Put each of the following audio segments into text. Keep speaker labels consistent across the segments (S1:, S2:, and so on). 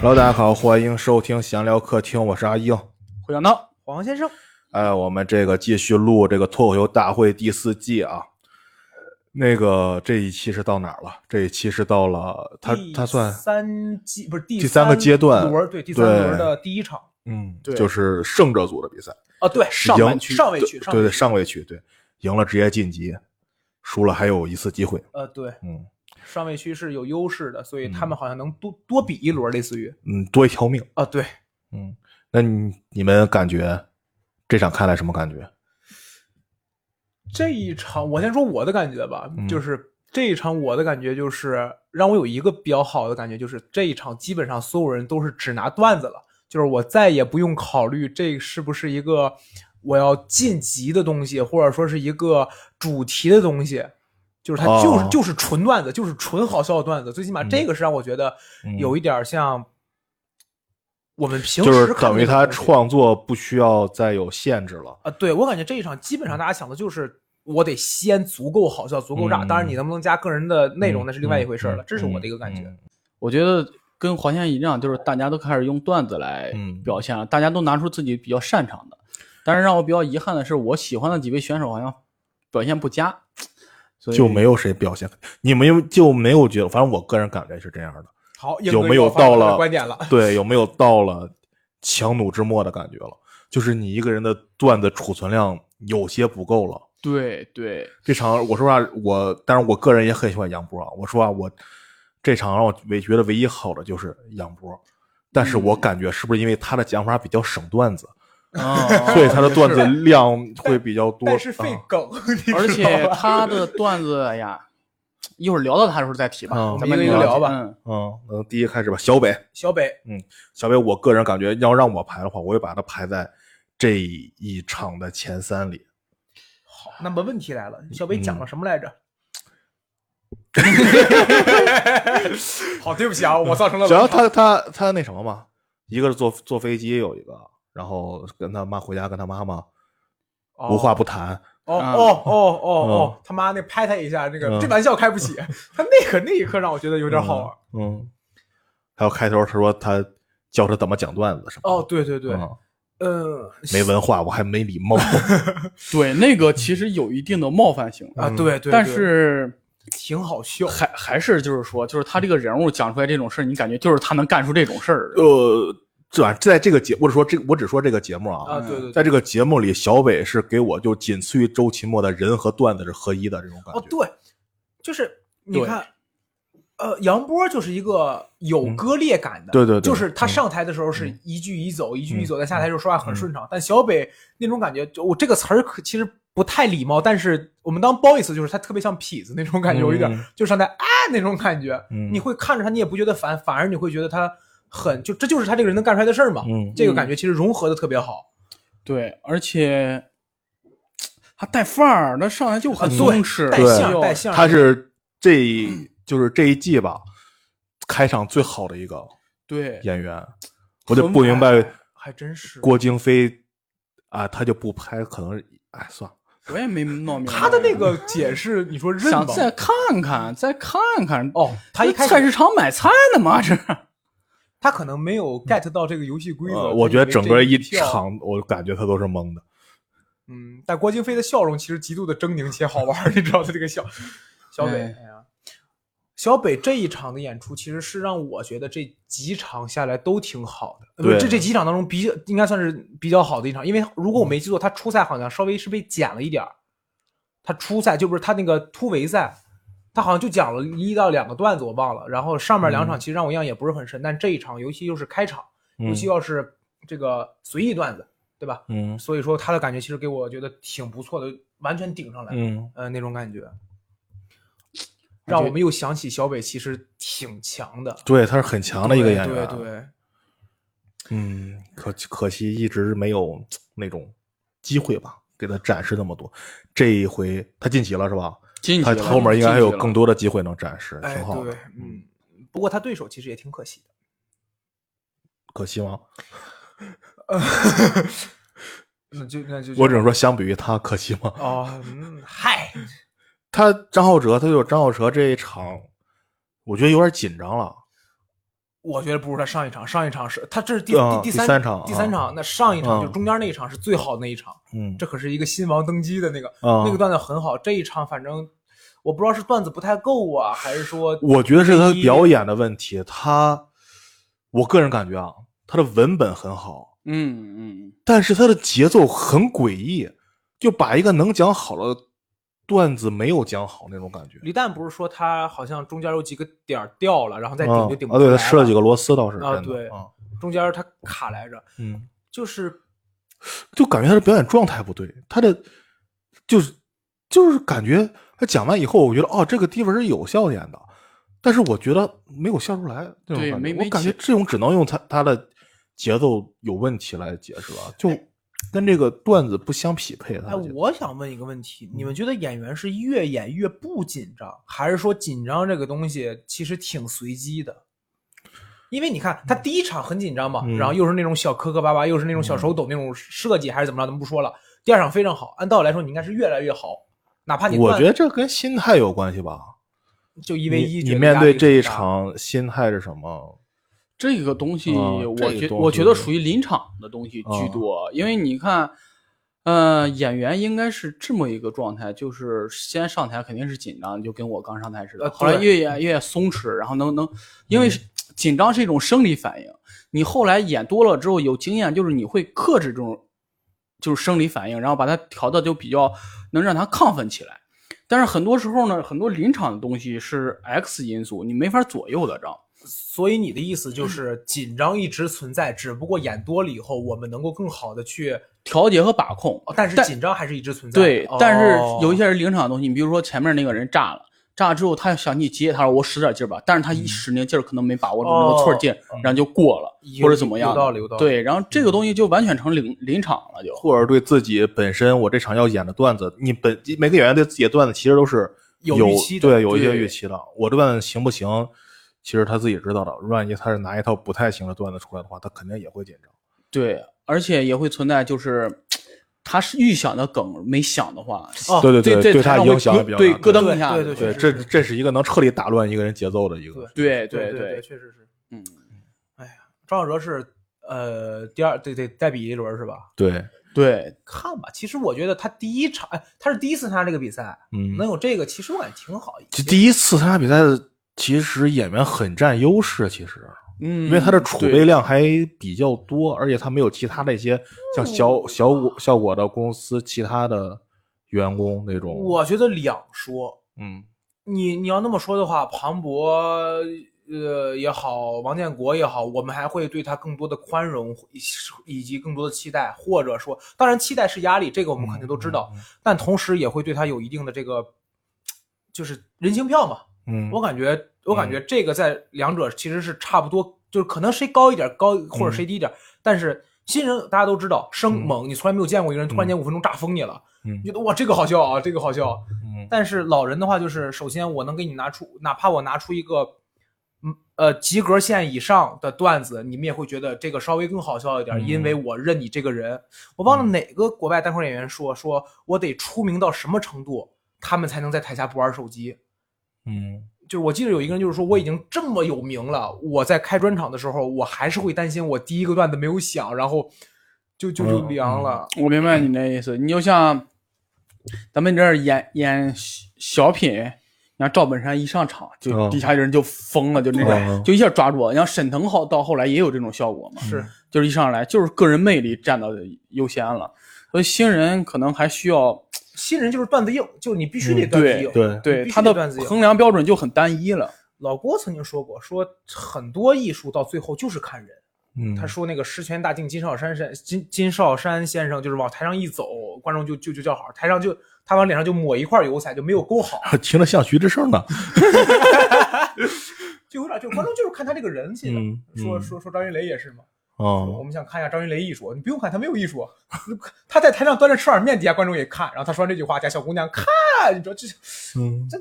S1: Hello，大家好，欢迎收听闲聊客厅，我是阿英。
S2: 胡小闹，黄先生，
S1: 哎，我们这个继续录这个脱口秀大会第四季啊。那个这一期是到哪儿了？这一期是到了他
S2: 第
S1: 他算
S2: 三季不是第
S1: 第三个阶段
S2: 轮儿对第三
S1: 对
S2: 轮儿的第一场
S1: 嗯，
S2: 对
S1: 就是胜者组的比赛，
S2: 啊，对上
S1: 赢
S2: 半区上位区上
S1: 对对
S2: 位
S1: 对上位区对，赢了直接晋级，输了还有一次机会。
S2: 呃对
S1: 嗯
S2: 上位区是有优势的，所以他们好像能多多比一轮，类似于
S1: 嗯，多一条命。
S2: 啊对，
S1: 嗯，那你你们感觉这场看来什么感觉？
S2: 这一场，我先说我的感觉吧，
S1: 嗯
S2: 就是这一场我的感觉就是让我有一个比较好的感觉，就是这一场基本上所有人都是只拿段子了，就是我再也不用考虑这是不是一个我要晋级的东西，或者说是一个主题的东西。就是它就是、
S1: 哦
S2: 就是纯段子，就是纯好笑的段子。最起码这个是让我觉得
S1: 嗯
S2: 有一点像我们平时
S1: 就是
S2: 看
S1: 等
S2: 那
S1: 于
S2: 种
S1: 他
S2: 东西
S1: 创作不需要再有限制了。
S2: 啊，对我感觉这一场基
S1: 嗯
S2: 本上大家想的就是我得先足够好笑，足够炸。
S1: 嗯
S2: 当然，你能不能加个人的内容，
S1: 嗯
S2: 那是另外一回事儿了。
S1: 嗯
S2: 这是我的一个感觉。
S1: 嗯
S3: 我觉得跟黄先生一样，就是大家都开始用段子来
S1: 嗯
S3: 表现了，大家都拿出自己比较擅长的。但是让我比较遗憾的是，我喜欢的几位选手好像表现不佳，所以
S1: 就没有谁表现。你们有就没有觉得？反正我个人感觉是这样的。
S2: 好，
S1: 有
S2: 英哥
S1: 没有
S2: 又发
S1: 到
S2: 表他的
S1: 了
S2: 观点了？
S1: 对，有没有到了强弩之末的感觉了？就是你一个人的段子储存量有些不够了。
S3: 对 对，
S1: 这场我说实话，我但是我个人也很喜欢杨波啊。我说啊，我这场让我唯觉得唯一好的就是杨波，但是
S2: 嗯
S1: 我感觉是不是因为他的讲法比较省段子，
S3: 啊、
S1: 所以他的段子
S2: 哦也是
S1: 量会比较多？
S2: 但是费
S1: 啊
S2: 梗， 你
S3: 而
S2: 知道
S3: 且
S2: 吧
S3: 他的段子，哎呀，一会儿聊到他的时候再提吧，
S1: 嗯
S3: 咱们
S2: 一个一个聊吧
S3: 嗯，
S1: 嗯，那第一开始吧，小北，
S2: 小北
S1: 小北，我个人感觉要让我排的话，我会把他排在这一场的前三里。
S2: 好，那么问题来了，
S1: 嗯
S2: 小北讲了什么来着？ 好，对不起啊，我造成了
S1: 主要
S2: 文化
S1: 他他他那什么嘛，一个是坐坐飞机有一个，然后跟他妈回家跟他妈妈无话不谈，
S2: 哦
S3: 嗯
S2: 哦哦哦哦，他妈那拍他一下，那个
S1: 嗯
S2: 这玩笑开 不起。他那个那一刻让我觉得有
S1: 有
S2: 点好玩。。
S1: 嗯，还有开头他说他教他怎么讲段子什么
S2: 哦，
S1: 的。
S2: 对对对，
S1: 嗯
S2: 嗯，
S1: 没文化我还没礼 貌。
S3: 对，那个其实有一定的冒犯性，
S2: 啊，
S1: 嗯
S2: 对对，
S3: 但
S2: 对
S3: 是
S2: 挺好笑。
S3: 还还是就是说，就是他这个人物讲出来这种事儿，你感觉就是他能干出这种事儿，
S1: 呃，这玩意儿在这个节，我只说这，我只说这个节目啊。
S2: 啊，对对
S1: 在
S2: 对，
S1: 这个节目里，小北是给我就仅次于周奇墨的人和段子是合一的这种感觉。
S2: 哦对，就是你
S3: 对
S2: 看，呃，杨波就是一个有割裂感的，
S1: 嗯对对对
S2: 就是他
S1: 嗯
S2: 上台的时候是一句一走，一句一走，但下台时候说话很
S1: 嗯
S2: 顺畅。但小北那种感觉，就我这个词儿可其实不太礼貌，但是我们当褒义词就是他特别像痞子那种感觉，有一点
S1: 嗯
S2: 就上台啊那种感觉，
S1: 嗯
S2: 你会看着他，你也不觉得烦，反而你会觉得他很就这就是他这个人能干出来的事儿嘛。
S1: 嗯
S2: 这个感觉其实融合的特别好。
S3: 对，而且他带范儿，他上来就很
S2: 啊对
S3: 松弛，
S2: 带
S1: 对
S2: 相带相，
S1: 他是这一就是这一季吧，开场最好的一个
S3: 对
S1: 演员，我就不明白
S2: 啊还真是
S1: 郭京飞啊，他就不拍，可能哎算了，
S3: 我也没闹明白
S2: 他的那个解释，你说认
S3: 想
S2: 吧？
S3: 再看看，再看看。
S2: 哦，他一开
S3: 菜
S2: 始
S3: 市场买菜呢嘛，这
S2: 他可能没有 get 到这个游戏规则，
S1: 呃，
S2: 他
S1: 我觉得
S2: 以为
S1: 整个
S2: 这
S1: 一
S2: 票，
S1: 场我感觉他都是懵的，
S2: 嗯，但郭京飞的笑容其实极度的狰狞且好玩儿，你知道他这个笑，小北，
S1: 嗯
S3: 哎
S2: 哎呀，小北这一场的演出其实是让我觉得这几场下来都挺好的，呃
S1: 对嗯
S2: 这这几场当中比应该算是比较好的一场，因为如果我没记错，他初赛好像稍微是被减了一点儿，他初赛就不是他那个突围赛。他好像就讲了一到两个段子，我忘了。然后上面两场其实让我印象也不是很深，但这一场尤其又是开场，尤
S1: 嗯
S2: 其要是这个随意段子，对吧？
S1: 嗯
S2: 所以说他的感觉其实给我觉得挺不错的，完全顶上来，
S1: 嗯，
S2: 呃，那种感觉，让我们又想起小北其实挺强的，
S1: 对，他是很强的一个演员，啊
S2: 对对对，
S1: 嗯，可可惜一直没有那种机会吧。给他展示那么多，这一回他晋级了是吧？
S3: 进
S1: 他
S3: 去了
S1: 后面应该还有更多
S3: 多。
S1: 的机会能展示，
S2: 哎
S1: 挺好的
S2: 对。，嗯，不过他对手其实也挺可惜的，
S1: 可惜吗？
S2: 那就那就
S1: 我只能说，相比于他，可惜吗？
S2: 哦，嗯，嗨，
S1: 他张浩哲，他就张浩哲这一场，我觉得有点紧张了。
S2: 我觉得不如他上一场，上一场是他这是第
S1: 啊
S2: 第
S1: 第
S2: 三
S1: 三场
S2: 第三
S1: 啊
S2: 场，那上一场
S1: 啊
S2: 就中间那一场是最好的那一场，
S1: 嗯，
S2: 这可是一个新王登基的那个
S1: 啊
S2: 那个段子很好，这一场反正我不知道是段子不太够啊，还是说
S1: 我觉得是他
S2: 第一
S1: 表演的问题，他我个人感觉啊，他的文本很好，
S3: 嗯嗯
S1: 但是他的节奏很诡异，就把一个能讲好的段子没有讲好那种感觉。
S2: 李诞不是说他好像中间有几个点儿掉了，然后再顶
S1: 啊
S2: 就顶不
S1: 啊，对
S2: 出
S1: 他
S2: 来
S1: 吃了几个螺丝倒是
S2: 啊
S1: 真的
S2: 对
S1: 啊，
S2: 中间他卡来着，
S1: 嗯，
S2: 就是
S1: 就感觉他的表演状态不对，他的就是就是感觉他讲完以后，我觉得哦，这个地方是有笑点的，但是我觉得没有笑出来那种感
S3: 对
S1: 觉。
S3: 没没
S1: 我感觉
S3: 起
S1: 这种只能用他他的节奏有问题来解释了，就跟这个段子不相匹配。
S2: 哎
S1: 他的节，奏
S2: 我想问一个问题，你们觉得演员是越演越不紧张，还是说紧张这个东西其实挺随机的？因为你看他第一场很紧张嘛，
S1: 嗯
S2: 然后又是那种小磕磕巴巴，又是那种小手抖那种设计，还是怎么着？咱们不说了。第二场非常好，按道理来说你应该是越来越好，哪怕你
S1: 我
S2: 断
S1: 觉得这跟心态有关系吧。
S2: 就一 v
S1: 你
S2: 一，
S1: 你面对这一，场心态是什么？
S3: 这个东西，
S1: 啊
S3: 我
S1: 这个
S3: 觉
S1: 东
S3: 我
S1: 西啊
S3: 觉得属于临场的东西居多，因为你看，呃，演员应该是这么一个状态，就是先上台肯定是紧张，就跟我刚上台似的，
S2: 呃
S3: 后来
S2: 对
S3: 越演越松弛，然后能能，因
S1: 嗯
S3: 为是紧张是一种生理反应，你后来演多了之后有经验，就是你会克制这种就是生理反应，然后把它调的就比较能让它亢奋起来。但是很多时候呢，很多临场的东西是 X 因素，你没法左右的，知道吗？
S2: 所以你的意
S3: 嗯
S2: 思就是紧张一直存在，只不过演多了以后，我们能够更好的去，
S3: 调节和把控。
S2: 哦但是
S3: 但
S2: 紧张还是一直存在的。
S3: 对，但是
S2: 哦
S3: 有一些是临场的东西，你比如说前面那个人炸了，炸了之后他想你接，他说我使点劲儿吧，但是他
S2: 嗯
S3: 一使那个劲儿可能没把握住那个寸儿劲儿，然后就过了
S2: 哦有
S3: 或者怎么样
S2: 有
S3: 的，
S2: 道理有嗯道理
S3: 对，然后这个东西就完全成临临场了就，
S1: 或者对自己本身我这场要演的段子，你本每个演员对自己的段子其实都是
S2: 有
S1: 有
S2: 预期的
S1: 对，有一些
S3: 对
S1: 预期的。我这段子行不行，其实他自己知道的。万一他是拿一套不太行的段子出来的话，他肯定也会紧张。
S3: 对，而且也会存在就是。他是预想的梗没想的话，
S2: 哦
S1: 对对
S3: 这
S1: 对，
S3: 这
S1: 对
S3: 才
S1: 他
S3: 让我
S1: 影响也
S3: 咯
S1: 比较
S3: 对
S1: 大
S3: 咯
S2: 对
S3: 噔一下
S2: 对
S3: 子，
S1: 对，
S2: 确
S1: 这
S2: 实
S1: 这是一个能彻底打乱一个人节奏的一个。
S3: 对
S2: 对
S3: 对
S2: 对，
S3: 对
S2: 确实是。哎
S3: 嗯，
S2: 张小哲是呃第二，对对，再比一轮是吧？
S1: 对，
S3: 对，
S2: 看吧，其实我觉得他第一场，哎，他是第一次参加这个比赛，
S1: 嗯，
S2: 能有这个，其实我感觉挺好。
S1: 这第一次参加比赛，其实演员很占优势，其实。
S3: 嗯，
S1: 因为他的储
S3: 对
S1: 备量还比较多，而且他没有其他的一些像小小我效果的公司其他的员工那种。
S2: 我觉得两说，
S1: 嗯
S2: 你你要那么说的话，庞博呃也好，王建国也好，我们还会对他更多的宽容，以以及更多的期待，或者说，当然期待是压力，这个我们肯定都知道，
S1: 嗯
S2: 但同时也会对他有一定的这个，就是人情票嘛，
S1: 嗯，
S2: 我感觉，我感觉这个在两者其实是差不多，就是可能谁高一点高，或者
S1: 嗯
S2: 谁低一点，但是新人大家都知道生猛，你从来没有见过一个人突然间五分钟炸疯你了，
S1: 嗯
S2: 你觉得哇这个好笑啊，这个好笑啊。
S1: 嗯
S2: 但是老人的话就是，首先我能给你拿出，哪怕我拿出一个。嗯，呃，及格线以上的段子，你们也会觉得这个稍微更好笑一点，
S1: 嗯
S2: 因为我认你这个人。我忘了哪个国外单口演员说，说我得出名到什么程度，他们才能在台下不玩手机。
S1: 嗯
S2: 就是我记得有一个人就是说我已经这么有名了，我在开专场的时候，我还是会担心我第一个段子没有响，然后就就就
S1: 嗯
S2: 凉了。
S3: 我明白你那意思，你就像咱们这儿演演小小品，你看赵本山一上场，就
S1: 嗯
S3: 底下人就疯了，就那
S1: 嗯
S3: 种，就一下抓住了。你像沈腾后到后来也有这种效果嘛，
S2: 是，
S3: 就是一上来就是个人魅力占到优先了，所以新人可能还需要
S2: 新人就是段子硬，就是你必须得
S1: 嗯
S2: 段子硬。
S1: 对
S3: 对
S2: 必须
S3: 他
S2: 得
S3: 的
S2: 段子硬
S3: 衡量标准就很单一了。
S2: 老郭曾经说过，说很多艺术到最后就是看人。
S1: 嗯，
S2: 他说那个十全大敬金少山先金金少山先生，就是往台上一走，观众就就就叫好，台上就他往脸上就抹一块油彩，就没有勾好，
S1: 听着像徐志胜呢。
S2: 就有点就观众就是看他这个人气的。
S1: 嗯
S2: 说
S1: 嗯
S2: 说说张云雷也是嘛。我
S1: 哦，
S2: 们想看一下张云雷艺术，你不用看，他没有艺术， 他在台上端着吃碗面，底下观众也看。然后他说完这句话，底下小姑娘看，你说这
S1: 嗯
S2: 这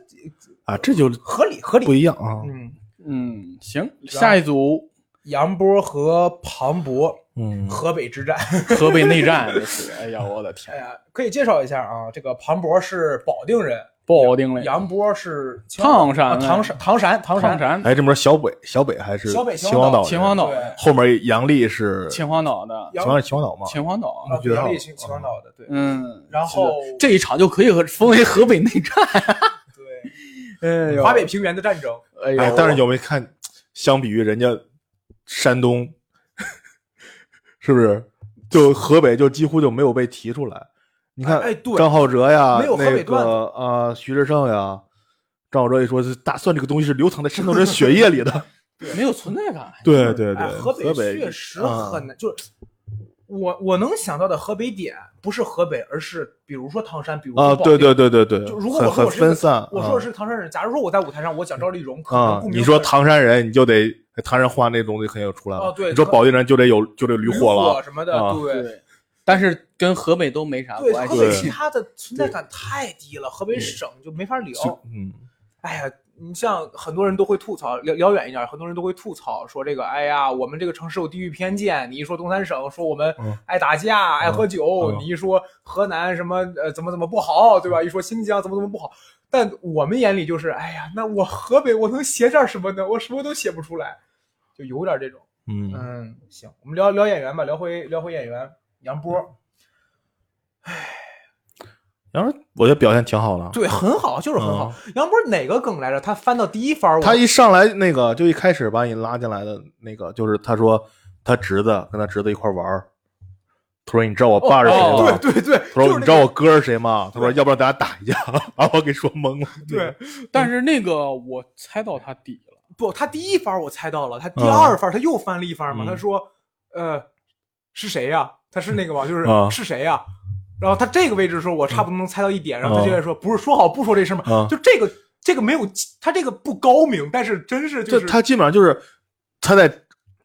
S1: 啊，这就
S2: 合理合
S1: 不
S2: 理。
S1: 一样啊。
S2: 嗯，
S3: 嗯，行，下一组
S2: 杨波和庞博，
S1: 嗯
S2: 河北之战，
S3: 河北内战，这是，哎呀，我的
S2: 哎
S3: 天，
S2: 呀，可以介绍一下啊，这个庞博是保定人，
S3: 不好定嘞。
S2: 杨波是秦
S3: 唐山
S2: 啊唐山，唐山，唐
S3: 唐
S2: 山，
S3: 山、
S1: 哎，这么说小北小北还是
S2: 小北
S1: 秦皇岛人？
S3: 秦皇岛
S2: 对
S3: 人
S1: 后面杨丽是
S3: 秦皇岛的，
S1: 秦
S2: 杨
S1: 皇是秦皇岛吗？
S3: 秦皇岛，
S2: 啊
S1: 我觉得
S2: 杨
S1: 好
S2: 丽是秦皇岛的，对，
S3: 嗯，
S2: 然后
S3: 是的这一场就可以和分为河北内 战。
S2: 对
S3: 哎
S2: 华北，平原的战争，
S3: 哎
S1: 哎
S3: 呦，，
S1: 但是有没有看，相比于人家山东， 是不是就河北就几乎就没有被提出来？你看，
S2: 哎哎对
S1: 张浩哲呀，
S2: 没有河北
S1: 那
S2: 段子
S1: 个啊、徐志胜呀，张浩哲一说，这大蒜这个东西是流淌在山东人血液里的。
S3: 没有存在感。
S1: 对对啊对，
S2: 哎，河北确实很难，就是我我能想到的河北点不是河北，而是比如说唐山，比如
S1: 啊、
S2: 说
S1: 啊
S2: 保
S1: 对
S2: 定
S1: 对对对对，
S2: 就如果
S1: 很
S2: 我说
S1: 很
S2: 我是一个
S1: 分散。
S2: 我说的是唐山人，假如说我在舞台上我讲赵丽蓉，可
S1: 啊、
S2: 能
S1: 啊
S2: 顾名
S1: 你说
S2: 思义
S1: 唐山人，你就得唐山话那东西很有出来了。
S2: 哦对
S1: 你说
S2: 可
S1: 保定人就得有就得驴
S2: 驴
S1: 火了。
S2: 什么的
S1: 啊，
S2: 对
S3: 对，但是跟河北都没啥
S2: 对，
S3: 关
S2: 河北
S1: 对
S2: 其
S3: 系。
S2: 他的存在感太低了，河北省就没法聊。
S1: 嗯，
S2: 哎呀，你像很多人都会吐槽，聊聊远一点，很多人都会吐槽说这个，哎呀，我们这个城市有地域偏见。你一说东三省，说我们
S1: 嗯
S2: 爱打架、爱喝酒；
S1: 嗯
S2: 你一说河南什么呃怎么怎么不好，对吧？一说新疆怎么怎么不好。但我们眼里就是，哎呀，那我河北我能写点什么呢？我什么都写不出来，就有点这种。
S1: 嗯
S2: 嗯，行，我们聊聊演员吧，聊回聊回演员杨波，
S1: 然后我觉得表现挺好的。
S2: 对，很好，就是很好。杨波哪个梗来着？他翻到第一番儿，我
S1: 嗯他一上来那个就一开始把你拉进来的那个，就是他说他侄子跟他侄子一块玩儿，他说你知道我爸是谁吗？
S3: 哦
S2: 对对对，
S1: 他说
S2: 就是
S1: 你
S2: 那
S1: 知道
S2: 个
S1: 我哥是谁吗？他说要不然咱俩打一架， 把我给说懵了。
S2: 对，
S3: 但是那个我猜到他底了，
S2: 不，他第一番儿我猜到了，他第
S1: 嗯
S2: 二番儿他又翻了一番儿
S1: 嗯
S2: 嘛，他说呃是谁呀、他是那个吧？就是、
S1: 啊
S2: 是谁呀、然后他这个位置的时候，我差不多能猜到一点，然后他
S1: 啊
S2: 接着说：“不是说好不说这事儿吗？”
S1: 啊
S2: 就这个这个没有，他这个不高明，但是真是就
S1: 这
S2: 是
S1: 他基本上就是他在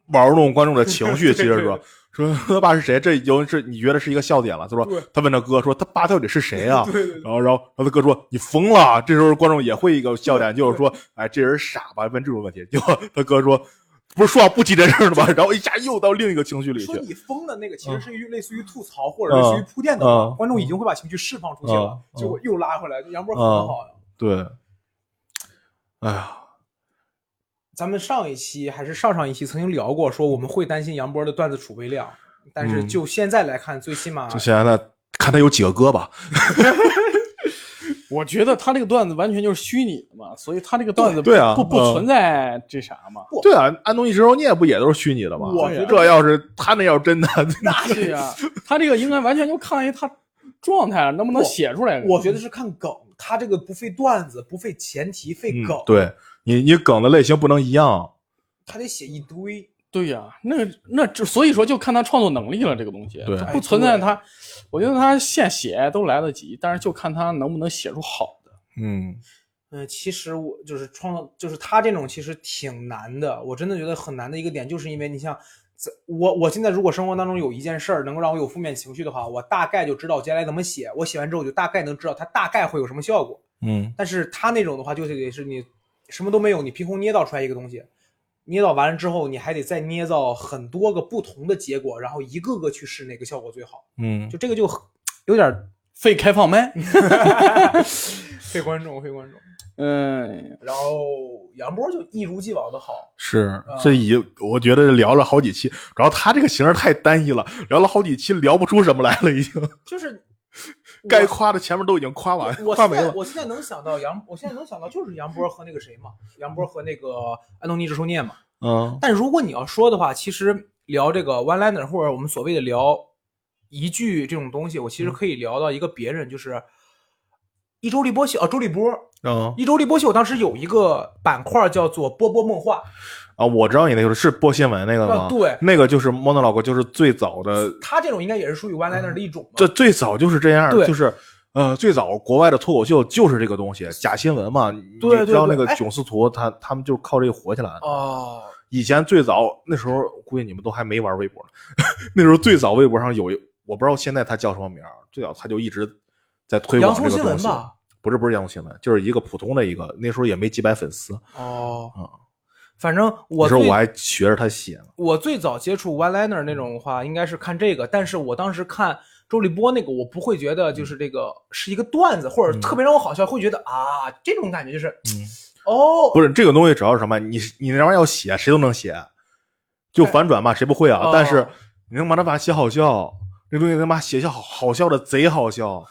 S1: 玩弄观众的情 绪，其
S2: 对
S1: 实
S2: 对
S1: 说说他爸是谁，这已经是你觉得是一个笑点了。他说
S2: 对
S1: 他问他哥说他爸到底是谁啊？
S2: 对对对
S1: 然后，然后，然后他哥说：“你疯了！”这时候观众也会一个笑点，就是说：“哎，这人傻吧？问这种问题。”结果他哥说：“不是说好不提这事儿了吗？” 然后一下又到另一个情绪里去
S2: 说。你疯的那个其实
S1: 嗯
S2: 是一类似于吐槽或者类似于铺垫的话，
S1: 嗯
S2: 观众已经会把情绪释放出去了，
S1: 嗯
S2: 结果又拉回来。杨波很好呀、
S1: 对，哎呀，
S2: 咱们上一期还是上上一期曾经聊过，说我们会担心杨波的段子储备量，但是
S1: 嗯
S2: 就现在来看，最起码
S1: 就现在呢看他有几个哥吧。
S3: 我觉得他这个段子完全就是虚拟的嘛，所以他这个段子
S1: 对对啊
S3: 不不
S1: 嗯
S3: 存在这啥嘛。
S1: 对啊，安东尼·石头涅不也都是虚拟的吗？
S2: 我觉得
S1: 这要是他那要是真的， 那
S3: 对呀，他这个应该完全就看一他状态能不能写出来。
S2: 我觉得是看梗，他这个不费段子，不费前提，费
S1: 嗯
S2: 梗，，
S1: 对你你梗的类型不能一样。
S2: 他得写一堆。
S3: 对呀、那那这所以说就看他创作能力了，这个东西
S1: 对
S3: 它
S1: 哎
S3: 不存在
S2: 对
S3: 他，我觉得他现写都来得及，但是就看他能不能写出好的。
S1: 嗯，
S2: 嗯，其实我就是创造，就是他这种其实挺难的，我真的觉得很难的一个点，就是因为你像在我我现在如果生活当中有一件事儿能够让我有负面情绪的话，我大概就知道我接下来怎么写，我写完之后我就大概能知道它大概会有什么效果。
S1: 嗯，
S2: 但是他那种的话，就得是你什么都没有，你凭空捏造出来一个东西，捏造完了之后，你还得再捏造很多个不同的结果，然后一个个去试哪个效果最好，
S1: 嗯，
S2: 就这个就很有点 儿
S3: 非开放麦，
S2: 费观众，费观众。
S3: 嗯，
S2: 然后杨波就一如既往的好，
S1: 是
S2: 啊，
S1: 这已我觉得聊了好几期，然后他这个形式太单一了，聊了好几期聊不出什么来了，已经
S2: 就是
S1: 该夸的前面都已经夸完，
S2: 我
S1: 夸
S2: 现
S1: 没
S2: 在
S1: 了。
S2: 我现在能想到杨，我现在能想到就是杨波和那个谁嘛，杨波和那个安东尼·直树念嘛。
S1: 嗯
S2: 但如果你要说的话，其实聊这个 one liner 或者我们所谓的聊一句这种东西，我其
S1: 嗯
S2: 实可以聊到一个别人，就是一周立波秀啊，周立波，
S1: 嗯
S2: 一周立波秀当时有一个板块叫做“波波梦话
S1: 啊，我知道你那个是播新闻那个”，吗？
S2: 啊，，对，
S1: 那个就是猫 o 老哥，就是最早的，
S2: 他这种应该也是属于 one liner 的一种嘛。
S1: 嗯这最早就是这样，
S2: 对
S1: 就是呃，最早国外的脱口秀就是这个东西，假新闻嘛。你
S2: 对对
S1: 知道那
S2: 对
S1: 个
S2: 哎
S1: 囧司徒他他们就靠这个火起来的。
S2: 哦，
S1: 以前最早那时候，估计你们都还没玩微博呢。 那时候最早微博上有一，我不知道现在他叫什么名儿，最早他就一直在推
S2: 洋
S1: 广这
S2: 葱
S1: 个东西。
S2: 新闻吧？
S1: 不是不是洋葱新闻，就是一个普通的一个，那时候也没几百粉丝。
S2: 哦，反正
S1: 那
S2: 我
S1: 时候
S2: 最
S1: 我还学着他写呢，
S2: 我最早接触 one liner 那种的话，应该是看这个，但是我当时看周立波那个，我不会觉得就是这个是一个段子，或者特别让我好笑，会觉得啊这种感觉就是，哦，
S1: 不是这个东西主要是什么？你你那玩意儿要写，谁都能写，就
S2: 对
S1: 反转嘛，谁不会啊？
S2: 哎哦
S1: 但是你能把它把它写好笑，这东西他妈写笑好好笑的贼好笑，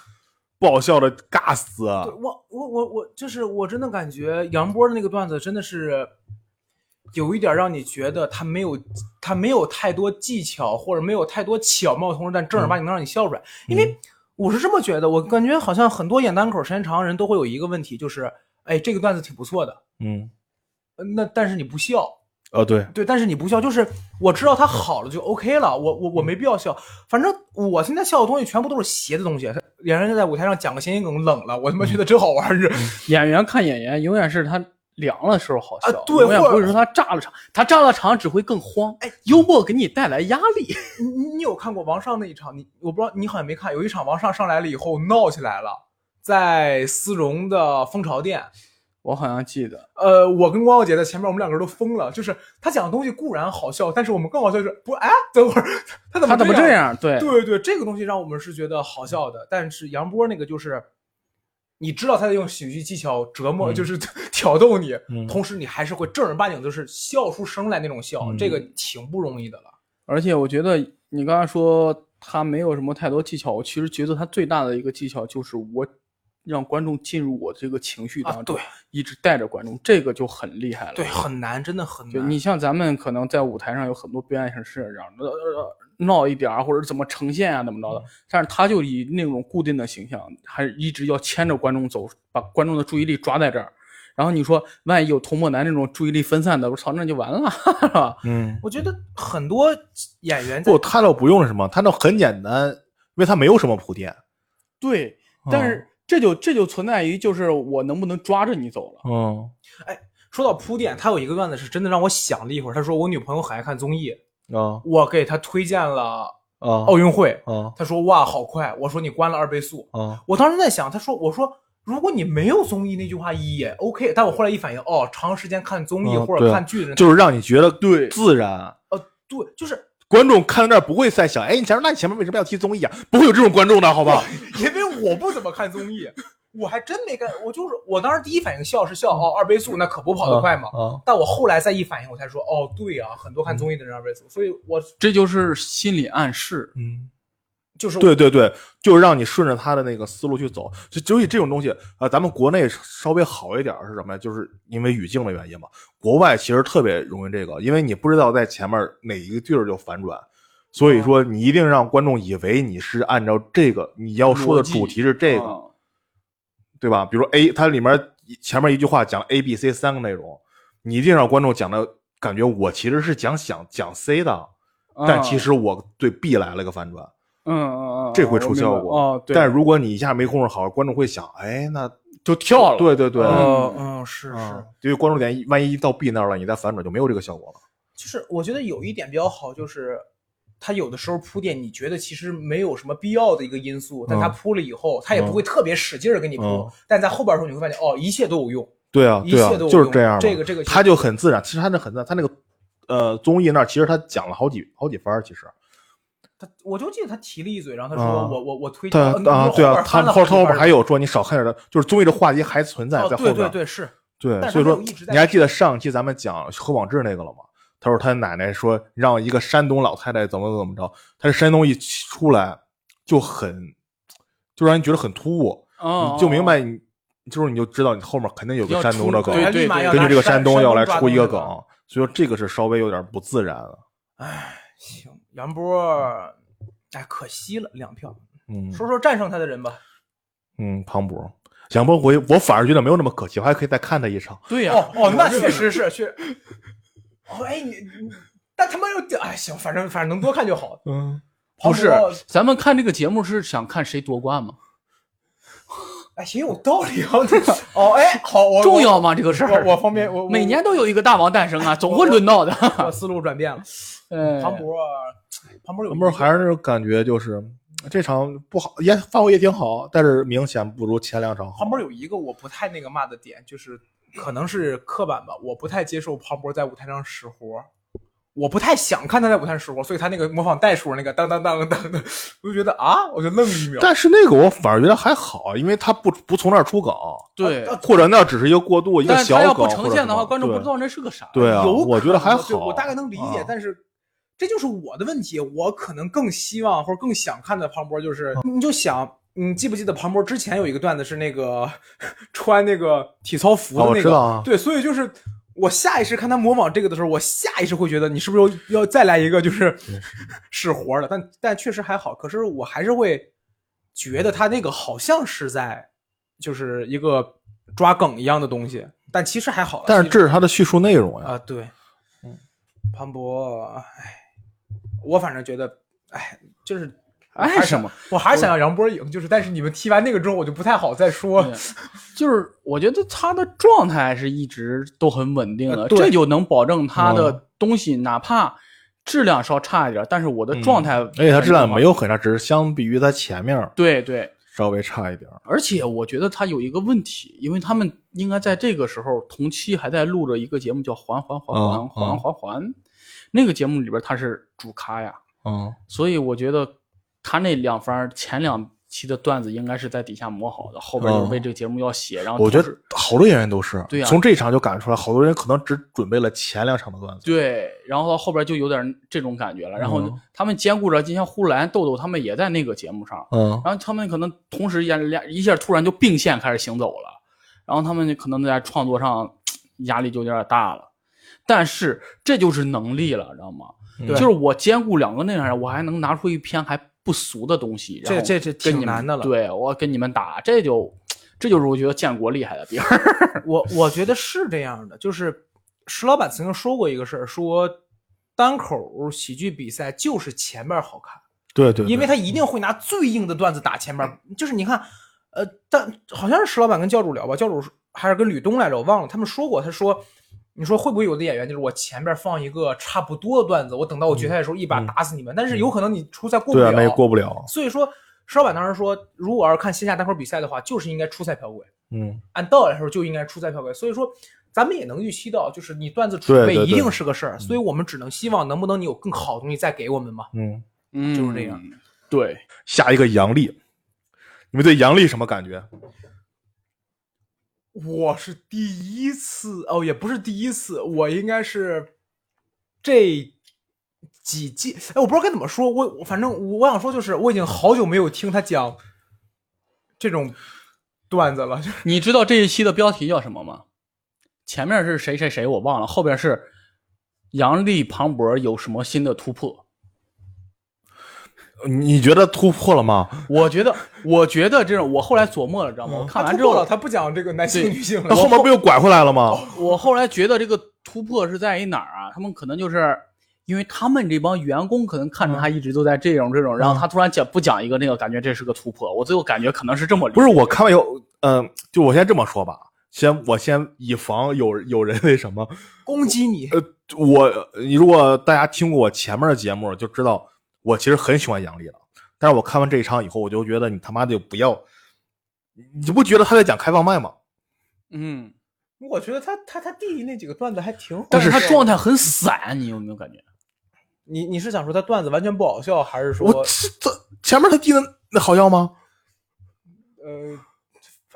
S1: 不好笑的尬死。啊
S2: 对我我我我就是我真的感觉杨波的那个段子真的是有一点让你觉得他没有他没有太多技巧或者没有太多巧妙，同时但正儿八经能让你笑出来，因为我是这么觉得，我感觉好像很多演单口时间长的人都会有一个问题，就是哎这个段子挺不错的，
S1: 嗯，
S2: 呃那但是你不笑，
S1: 哦对，
S2: 对，但是你不笑，就是我知道它好了就 OK 了，我我我没必要笑。反正我现在笑的东西全部都是邪的东西。演员在舞台上讲个谐音梗冷了，我他妈觉得真好玩儿。这
S3: 演员看演员，永远是他凉的时候好笑，
S2: 啊对
S3: 永远不
S2: 或
S3: 会
S2: 者
S3: 说他炸了场，他炸了场只会更慌。哎，幽默给你带来压力，
S2: 你你你有看过王上那一场？你我不知道，你好像没看。有一场王上上来了以后闹起来了，在丝绒的蜂巢店。
S3: 我好像记得，
S2: 呃，我跟光耀姐在前面，我们两个人都疯了。就是他讲的东西固然好笑，但是我们更好笑就是不哎，等会儿他怎么
S3: 他怎么
S2: 这
S3: 这？样？
S1: 哎
S3: 对，
S2: 对对，这个东西让我们是觉得好笑的，但是杨波那个就是，你知道他在用喜剧技巧折磨，
S1: 嗯
S2: 就是 挑逗你，
S1: 嗯
S2: 同时你还是会正儿八经就是笑出声来那种笑，
S1: 嗯
S2: 这个挺不容易的了。
S3: 而且我觉得你刚才说他没有什么太多技巧，我其实觉得他最大的一个技巧就是我让观众进入我这个情绪
S2: 啊，
S3: 当中，
S2: 对
S3: 一直带着观众，这个就很厉
S1: 嗯
S3: 害了。
S2: 对，很难，真的很
S3: 就
S2: 难。
S3: 你像咱们可能在舞台上有很多表演形式，然后呃呃闹一点儿或者怎么呈现啊，怎么着
S2: 嗯
S3: 的，但是他就以那种固定的形象，还一直要牵着观众走，把观众的注意力抓在这儿。然后你说，万一有童漠男那种注意力分散的，我操，那就完了， 哈哈。
S1: 嗯，
S2: 我觉得很多演员在
S1: 不，他倒不用是什么，他倒很简单，因为他没有什么铺垫。
S3: 对，但是这就这就存在于就是我能不能抓着你走了。
S2: 哦
S1: 嗯，
S2: 说到铺垫，他有一个段子是真的让我想了一会儿。他说我女朋友很爱看综艺，
S1: 啊
S2: 我给她推荐了
S1: 啊
S2: 奥运会，
S1: 啊
S2: 她说哇好快，我说你关了二倍速，
S1: 啊！
S2: 我当时在想，他说，我说如果你没有综艺那句话也 OK，但我后来一反应，哦，长时间看综艺
S1: 嗯
S2: 或者
S1: 对
S2: 看剧的人，
S1: 就是让你觉得
S3: 对
S1: 自然。
S2: 呃，对，就是
S1: 观众看到这儿不会再想，哎，你前面那你前面为什么要提综艺啊？不会有这种观众的，好吧？
S2: 因为我不怎么看综艺，我还真没看，我就是我当时第一反应笑是笑，哦，二倍速那可不跑得快嘛。
S1: 啊，
S2: 但我后来再一反应，我才说，哦，对啊，很多看综艺的人二倍速，所以我
S3: 这就是心理暗示，
S1: 嗯，
S2: 就是
S1: 对对对，就是让你顺着他的那个思路去走。就就以这种东西啊、呃咱们国内稍微好一点儿是什么呀？就是因为语境的原因嘛。国外其实特别容易这个，因为你不知道在前面哪一个地儿就反转，所
S2: 哦
S1: 以说你一定让观众以为你是按照这个你要说的主题是这
S2: 嗯
S1: 个，
S3: 啊
S1: 对吧？比如说 A，它里面前面一句话讲 A、B、C 三个内容，你一定让观众讲的感觉我其实是讲想讲 C 的，
S2: 嗯
S1: 但其，实我对 B 来了个反转。
S3: 嗯嗯嗯嗯，
S1: 这会出
S3: 我明白
S1: 效果
S3: 哦，对，
S1: 但如果你一下没控制好，观众会想，哎，那
S3: 就跳了，
S1: 对对对，
S2: 呃嗯是是。
S1: 啊，因为关注点一万一到 B 那儿了，你再反转就没有这个效果了。
S2: 就是我觉得有一点比较好，就是它有的时候铺垫，你觉得其实没有什么必要的一个因素，但它
S1: 嗯
S2: 铺了以后，它也不
S1: 嗯
S2: 会特别使劲儿给你铺，
S1: 嗯
S2: 但在后边的时候你会发现，哦，一切都有用。
S1: 对啊，
S2: 一
S1: 对啊
S2: 切都，有
S1: 就是
S2: 用
S1: 样嘛。
S2: 这个这个
S1: 他就很自然，其实他那很自然，他那个呃综艺那儿其实他讲了好几好几番儿，其实
S2: 他我就记得他提了一嘴，然后他说、
S1: 啊
S2: 我我我推荐
S1: 他啊对啊，他们后后边还
S2: 有
S1: 有说你少看点儿，就是综艺的话题还存在
S2: 哦
S1: 在后
S2: 对
S1: 边
S2: 对
S1: 儿。
S2: 对是
S1: 对
S2: 但
S1: 所
S2: 是
S1: 以
S2: 他没
S1: 说
S2: 有一直在
S1: 你还记得上期咱们讲何广智那个了吗？他说他奶奶说让一个山东老太太怎么怎么着，他是山东一出来就很就让人觉得很突兀。
S3: 哦，
S1: 你就明
S3: 哦
S1: 白，你就是你就知道你后面肯定有个
S3: 要
S1: 山东的
S3: 出
S1: 梗，
S3: 对
S2: 他
S3: 对
S2: 立马
S3: 对
S2: 要
S1: 根
S2: 拿
S1: 据这个
S2: 山
S1: 山东要来
S2: 抓
S1: 出一
S2: 东
S1: 个
S2: 西
S1: 梗
S2: 了，
S1: 所以说这个是稍微有点不自然了。
S2: 行，杨波，哎，可惜了两票。
S1: 嗯
S2: 说说战胜他的人吧。
S1: 嗯，庞博，杨波回，我反而觉得没有那么可惜，我还可以再看他一场。
S3: 对呀，
S2: 哦哦，那确实是确。哦，哎你，你但他妈又哎行，反正反正能多看就好。
S1: 嗯，
S2: 庞
S3: 不是
S2: 博，
S3: 咱们看这个节目是想看谁夺冠吗？
S2: 哎，也有道理啊。 哦，哎，好，我
S3: 重要吗？这个事
S2: 我
S3: 儿，
S2: 我我方便我我
S3: 每年都有一个大王诞生啊，总会轮到的。
S2: 我思路转变了。
S3: 哎
S2: 庞博，庞博有
S1: 庞博还是那种感觉，就是这场不好，也发挥也挺好，但是明显不如前两场好
S2: 庞。博有一个我不太那个嘛的点，就是可能是刻板吧，我不太接受庞博在舞台上使活儿，我不太想看他在舞台上使活儿，所以他那个模仿袋鼠那个当当当当的，我就觉得啊，我就愣一秒。
S1: 但是那个我反而觉得还好，因为他不不从那儿出梗，
S3: 对，
S1: 或者那只是一个过渡，一个
S3: 但是
S1: 小
S3: 他要
S1: 梗或
S3: 不
S1: 者什么。
S3: 呈现的话，观众不
S1: 对
S3: 知道那是个啥。
S1: 对啊，
S2: 呃有
S1: 我觉
S2: 可
S1: 得
S2: 能
S1: 还
S2: 对
S1: 好，
S2: 我大概能理解，
S1: 啊
S2: 但是这就是我的问题，我可能更希望或者更想看的庞博就是，
S1: 嗯
S2: 你就想。你记不记得庞博之前有一个段子是那个 穿那个体操服
S1: 啊
S2: 的
S1: 我
S2: 那
S1: 知
S2: 个？
S1: 道啊
S2: 对，所以就是我下意识看他模仿这个的时候，我下意识会觉得你是不是要要再来一个就是 是活儿的？但但确实还好，可是我还是会觉得他那个好像是在就是一个抓梗一样的东西，但其实还好啦。
S1: 但
S2: 其
S1: 是
S2: 实
S1: 这是他的叙述内容呀。
S2: 啊，对，嗯，庞博，哎，我反正觉得，哎， 就是，
S3: 爱
S2: 还是
S3: 什么？
S2: 哎我还是想要杨波赢，就是，但是你们踢完那个之后，我就不太好再说。
S3: 对 就是我觉得他的状态是一直都很稳定的，
S2: 呃对
S3: 这就能保证他
S1: 嗯
S3: 的东西哪怕质量稍差一点，但是我的状态，
S1: 嗯而且它质量没有很差，只是相比于它前面儿
S3: 对对，
S1: 稍微差一点儿。
S3: 而且我觉得他有一个问题，因为他们应该在这个时候同期还在录着一个节目叫《还还还还
S1: 嗯
S3: 还
S1: 嗯
S3: 还还》，那个节目里边他是主咖呀，
S1: 嗯，
S3: 所以我觉得他那两番前两期的段子应该是在底下磨好的，后边就
S1: 嗯
S3: 为这个节目要写，然
S1: 啊
S3: 后
S1: 我觉
S3: 同
S1: 得
S3: 时
S1: 好多演员都是，
S3: 对呀
S1: 从这一场就感觉出来，好多人可能只准备了前两场的段子。
S3: 对，然后到后边就有点这种感觉了。然后
S1: 嗯
S3: 他们兼顾着，今天呼兰、豆豆他们也在那个节目上，
S1: 嗯，
S3: 然后他们可能同时也俩一下突然就并线开始行走了，然后他们可能在创作上压力就有点大了。但是这就是能力了，知道吗？
S1: 嗯
S3: 就是我兼顾两个内容，我还能拿出一篇还不俗的东西，然
S2: 这
S3: 后
S2: 这这
S3: 跟
S2: 挺
S3: 你们
S2: 难的了
S3: 对我跟你们打，这就这就是我觉得建国厉害的地方。
S2: 我我觉得是这样的，就是石老板曾经说过一个事儿，说单口喜剧比赛就是前面好看，
S1: 对对，对
S2: 因为他一定会拿最硬的段子打前面。就是你看，呃，但好像是石老板跟教主聊吧，教主还是跟吕东来着，我忘了，他们说过，他说。你说会不会有的演员就是我前边放一个差不多的段子，我等到我决赛的时候一把打死你们？但是有可能你初赛
S1: 嗯
S2: 过不
S1: 对啊
S2: 了，，
S1: 那也过不了。
S2: 所以说石老板当时说，如果要是看线下单口比赛的话，就是应该初赛票轨。
S1: 嗯，
S2: 按道理来说就应该出赛票轨，所以说咱们也能预期到，就是你段子储备
S1: 对对对
S2: 一定是个事儿，所以我们只能希望能不能你有更好的东西再给我们嘛。
S1: 嗯，
S3: 嗯
S2: 就是这样。
S3: 对，
S1: 下一个杨笠，你们对杨笠什么感觉？
S2: 我是第一次哦，也不是第一次，我应该是这几季，哎，我不知道该怎么说，我我反正我我想说就是，我已经好久没有听他讲这种段子了，就是
S3: 你知道这一期的标题叫什么吗？前面是谁谁谁我忘了，后边是杨笠庞博有什么新的突破？
S1: 你觉得突破了吗？
S3: 我觉得， 我觉得这种，我后来琢磨了，知道吗？我哦看完之
S2: 嗯他突破
S3: 后
S2: 了，，他不讲这个男性
S3: 对哦
S2: 女性
S1: 那
S2: 了，
S1: 后哦面不又拐回来了吗？
S3: 我后来觉得这个突破是在于哪儿啊？他们可能就是因为他们这帮员工可能看着他一直都在这种这种，然后他突然讲不讲一个那个，感觉这是个突破。我最后感觉可能是这么理
S1: 不
S3: 解
S1: 是，我看完以后，嗯，就我先这么说吧，先我先以防有有人那什么，
S2: 攻击你，
S1: 呃，我你如果大家听过我前面的节目，就知道我其实很喜欢杨笠的。但是我看完这一场以后，我就觉得你他妈的就不要，你不觉得他在讲开放麦吗？
S3: 嗯，
S2: 我觉得他他他弟弟那几个段子还挺好，
S3: 但是他
S2: 态。
S3: 状态很散，你有没有感觉？
S2: 你你是想说他段子完全不好笑，还是说
S1: 我这这前面他弟的那好笑吗？
S2: 呃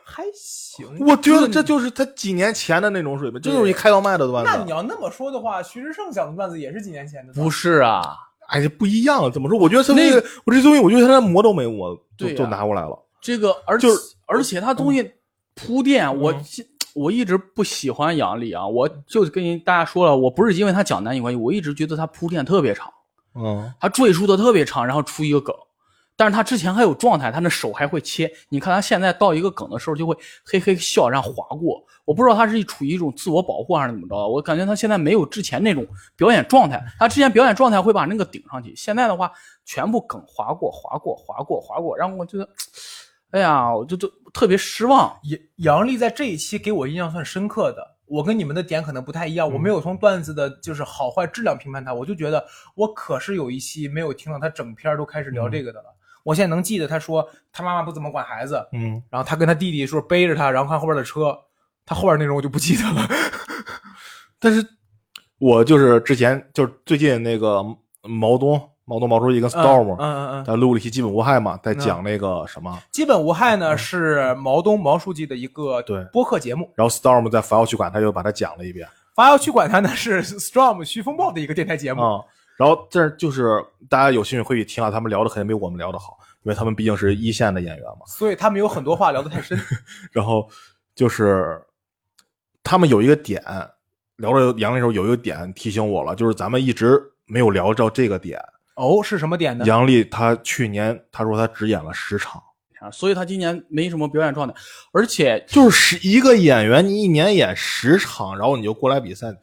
S2: 还行？
S1: 我觉得这就是他几年前的那种水平，这就是一开放麦的段
S2: 那你
S1: 子。啊
S2: 要那么说的话，徐志胜讲的段子也是几年前的段子，
S3: 不是啊，
S1: 哎，不一样，怎么说？我觉得他
S3: 那
S1: 这个，我这东西，我觉得他连磨都没磨，就、
S3: 对呀
S1: 就拿过来了。
S3: 这个，而且
S1: 就是嗯
S3: 而且他东西铺垫，我其我一直不喜欢杨笠啊，我就跟大家说了，我不是因为他讲男女关系，我一直觉得他铺垫特别长，
S1: 嗯，
S3: 他赘述的特别长，然后出一个梗。但是他之前还有状态，他那手还会切。你看他现在到一个梗的时候，就会嘿嘿笑，然后划过。我不知道他是处于一种自我保护还是怎么着的。我感觉他现在没有之前那种表演状态。他之前表演状态会把那个顶上去，现在的话全部梗划过、划过、划过、划过，让我觉得，哎呀，我就就特别失望。
S2: 杨杨笠在这一期给我印象算深刻的。我跟你们的点可能不太一样，我
S1: 嗯
S2: 没有从段子的就是好坏质量评判他，我就觉得我可是有一期没有听到他整篇都开始聊
S1: 嗯
S2: 这个的了。我现在能记得他说他妈妈不怎么管孩子，
S1: 嗯，
S2: 然后他跟他弟弟说背着他，然后看后边的车，他后边内容我就不记得 了。
S1: 但是我就是之前就是最近那个毛东毛东毛书
S3: 啊
S1: 记跟 Storm、
S2: 嗯嗯嗯嗯，
S1: 他录了一期基本无害嘛，
S3: 嗯
S1: 在讲那个什么，
S2: 基本无害呢是毛东毛书记的一个
S1: 嗯对
S2: 播客节目，
S1: 然后 Storm 在伐要去管他又把它讲了一遍
S2: 发要去管他呢是 Storm 徐风暴的一个电台
S3: 嗯
S2: 节目。
S1: 啊、然后这就是大家有兴趣可以听啊，他们聊的肯定没我们聊的好，因为他们毕竟是一线的演员嘛。
S2: 所以他们有很多话聊得太深，
S1: 然后就是他们有一个点，聊着杨丽时候有一个点提醒我了，就是咱们一直没有聊到这个点。
S2: 哦，是什么点呢？
S1: 杨丽她去年她说她只演了十场，
S3: 啊，所以他今年没什么表演状态，而且
S1: 就是十一个演员，你一年演十场，然后你就过来比赛，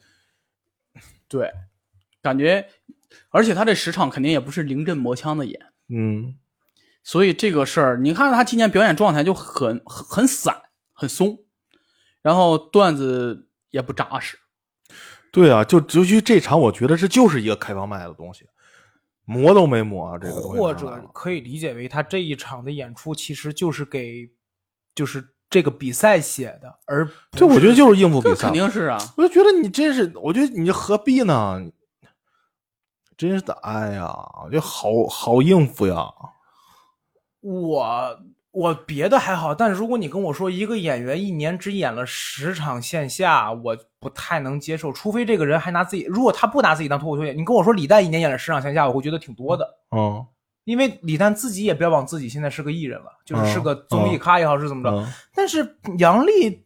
S3: 对，感觉，而且他这十场肯定也不是临阵磨枪的演，
S1: 嗯，
S3: 所以这个事儿，你看他今年表演状态就很很很散，很松，然后段子也不扎实，
S1: 对啊，就尤其这场，我觉得这就是一个开放麦的东西，磨都没磨啊，这个东西
S2: 或
S1: 上来
S2: 者
S1: 了
S2: 可以理解为他这一场的演出其实就是给，就是这个比赛写的，而不
S1: 对，我觉得就是应付比
S3: 这
S1: 赛
S3: 肯，定是啊，
S1: 我就觉得你真是，我觉得你何必呢？真是的，哎呀，我觉得好好应付呀，
S2: 我我别的还好，但如果你跟我说一个演员一年只演了十场线下，我不太能接受，除非这个人还拿自己，如果他不拿自己当脱口秀演员，你跟我说李诞一年演了十场线下，我会觉得挺多的。
S1: 嗯
S2: 因为李诞自己也标榜自己现在是个艺人了，就是是个综艺咖也好，是怎么着。
S1: 嗯，
S2: 但是杨笠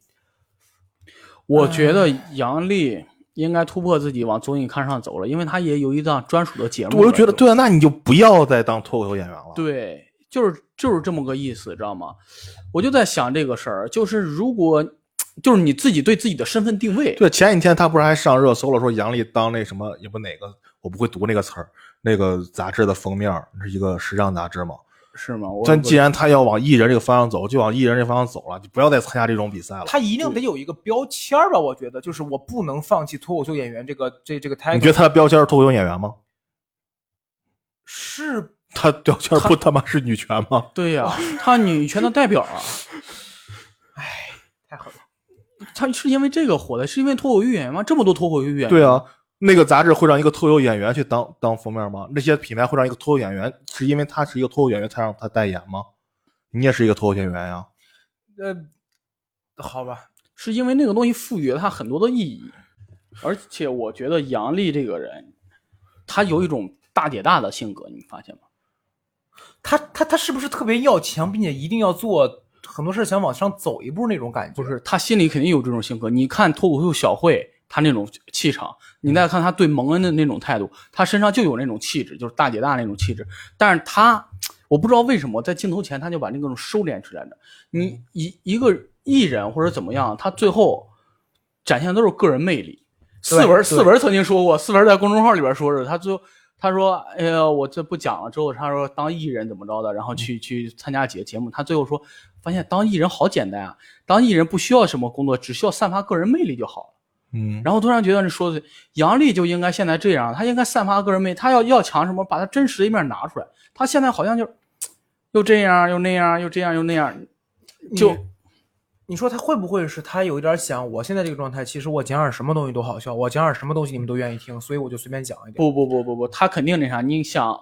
S3: 我觉得杨笠应该突破自己往综艺咖上走了，因为他也有一档专属的节目了，
S1: 我就觉得对啊，那你就不要再当脱口秀演员了，
S3: 对，就是就是这么个意思，知道吗？我就在想这个事儿，就是如果就是你自己对自己的身份定位，
S1: 对，前几天他不是还上热搜了，说杨笠当那什么也不哪个，我不会读那个词儿，那个杂志的封面儿是一个时尚杂志嘛。
S3: 是吗？我
S1: 但既然他要往艺人这个方向走，就往艺人这方向走了，就不要再参加这种比赛了。
S2: 他一定得有一个标签儿吧？我觉得，就是我不能放弃脱口秀演员这个这这个 title。
S1: 你觉得他的标签是脱口秀演员吗？
S2: 是
S1: 他标签不他妈是女权吗？
S3: 对呀、他女权的代表啊，
S2: 太狠了。
S3: 他是因为这个火的，是因为脱口秀演员吗？这么多脱口秀演员，
S1: 对，啊，那个杂志会让一个脱口秀演员去当当封面吗？那些品牌会让一个脱口秀演员，是因为他是一个脱口秀演员才让他代言吗？你也是一个脱口秀演员呀、
S2: 呃，好吧，
S3: 是因为那个东西赋予了他很多的意义，而且我觉得杨笠这个人，他有一种大姐大的性格，你发现吗？
S2: 他他他是不是特别要强，并且一定要做很多事儿想往上走一步那种感觉？
S3: 不是，他心里肯定有这种性格。你看脱口秀小慧，他那种气场，你再看他对蒙恩的那种态度，他身上就有那种气质，就是大姐大那种气质。但是他，我不知道为什么在镜头前他就把那种收敛起来了。你
S2: 嗯
S3: 一一个艺人或者怎么样，他最后展现的都是个人魅力。四文
S2: 对
S3: 四文曾经说过，四文在公众号里边说是他最后。他说：“哎呀，我这不讲了。”之后他说当艺人怎么着的，然后
S2: 嗯
S3: 去去参加几个节目。他最后说，发现当艺人好简单啊，当艺人不需要什么工作，只需要散发个人魅力就好了。
S1: 嗯，
S3: 然后突然觉得你说的对，杨笠就应该现在这样，他应该散发个人魅力，他要要强什么，把他真实的一面拿出来。他现在好像就又这样又那样又这样又那样，
S2: 你
S3: 就
S2: 你说他会不会是他有一点想，我现在这个状态，其实我讲点什么东西都好笑，我讲点什么东西你们都愿意听，所以我就随便讲一点。
S3: 不不不
S1: 嗯
S3: 不不，他肯定那啥。你想，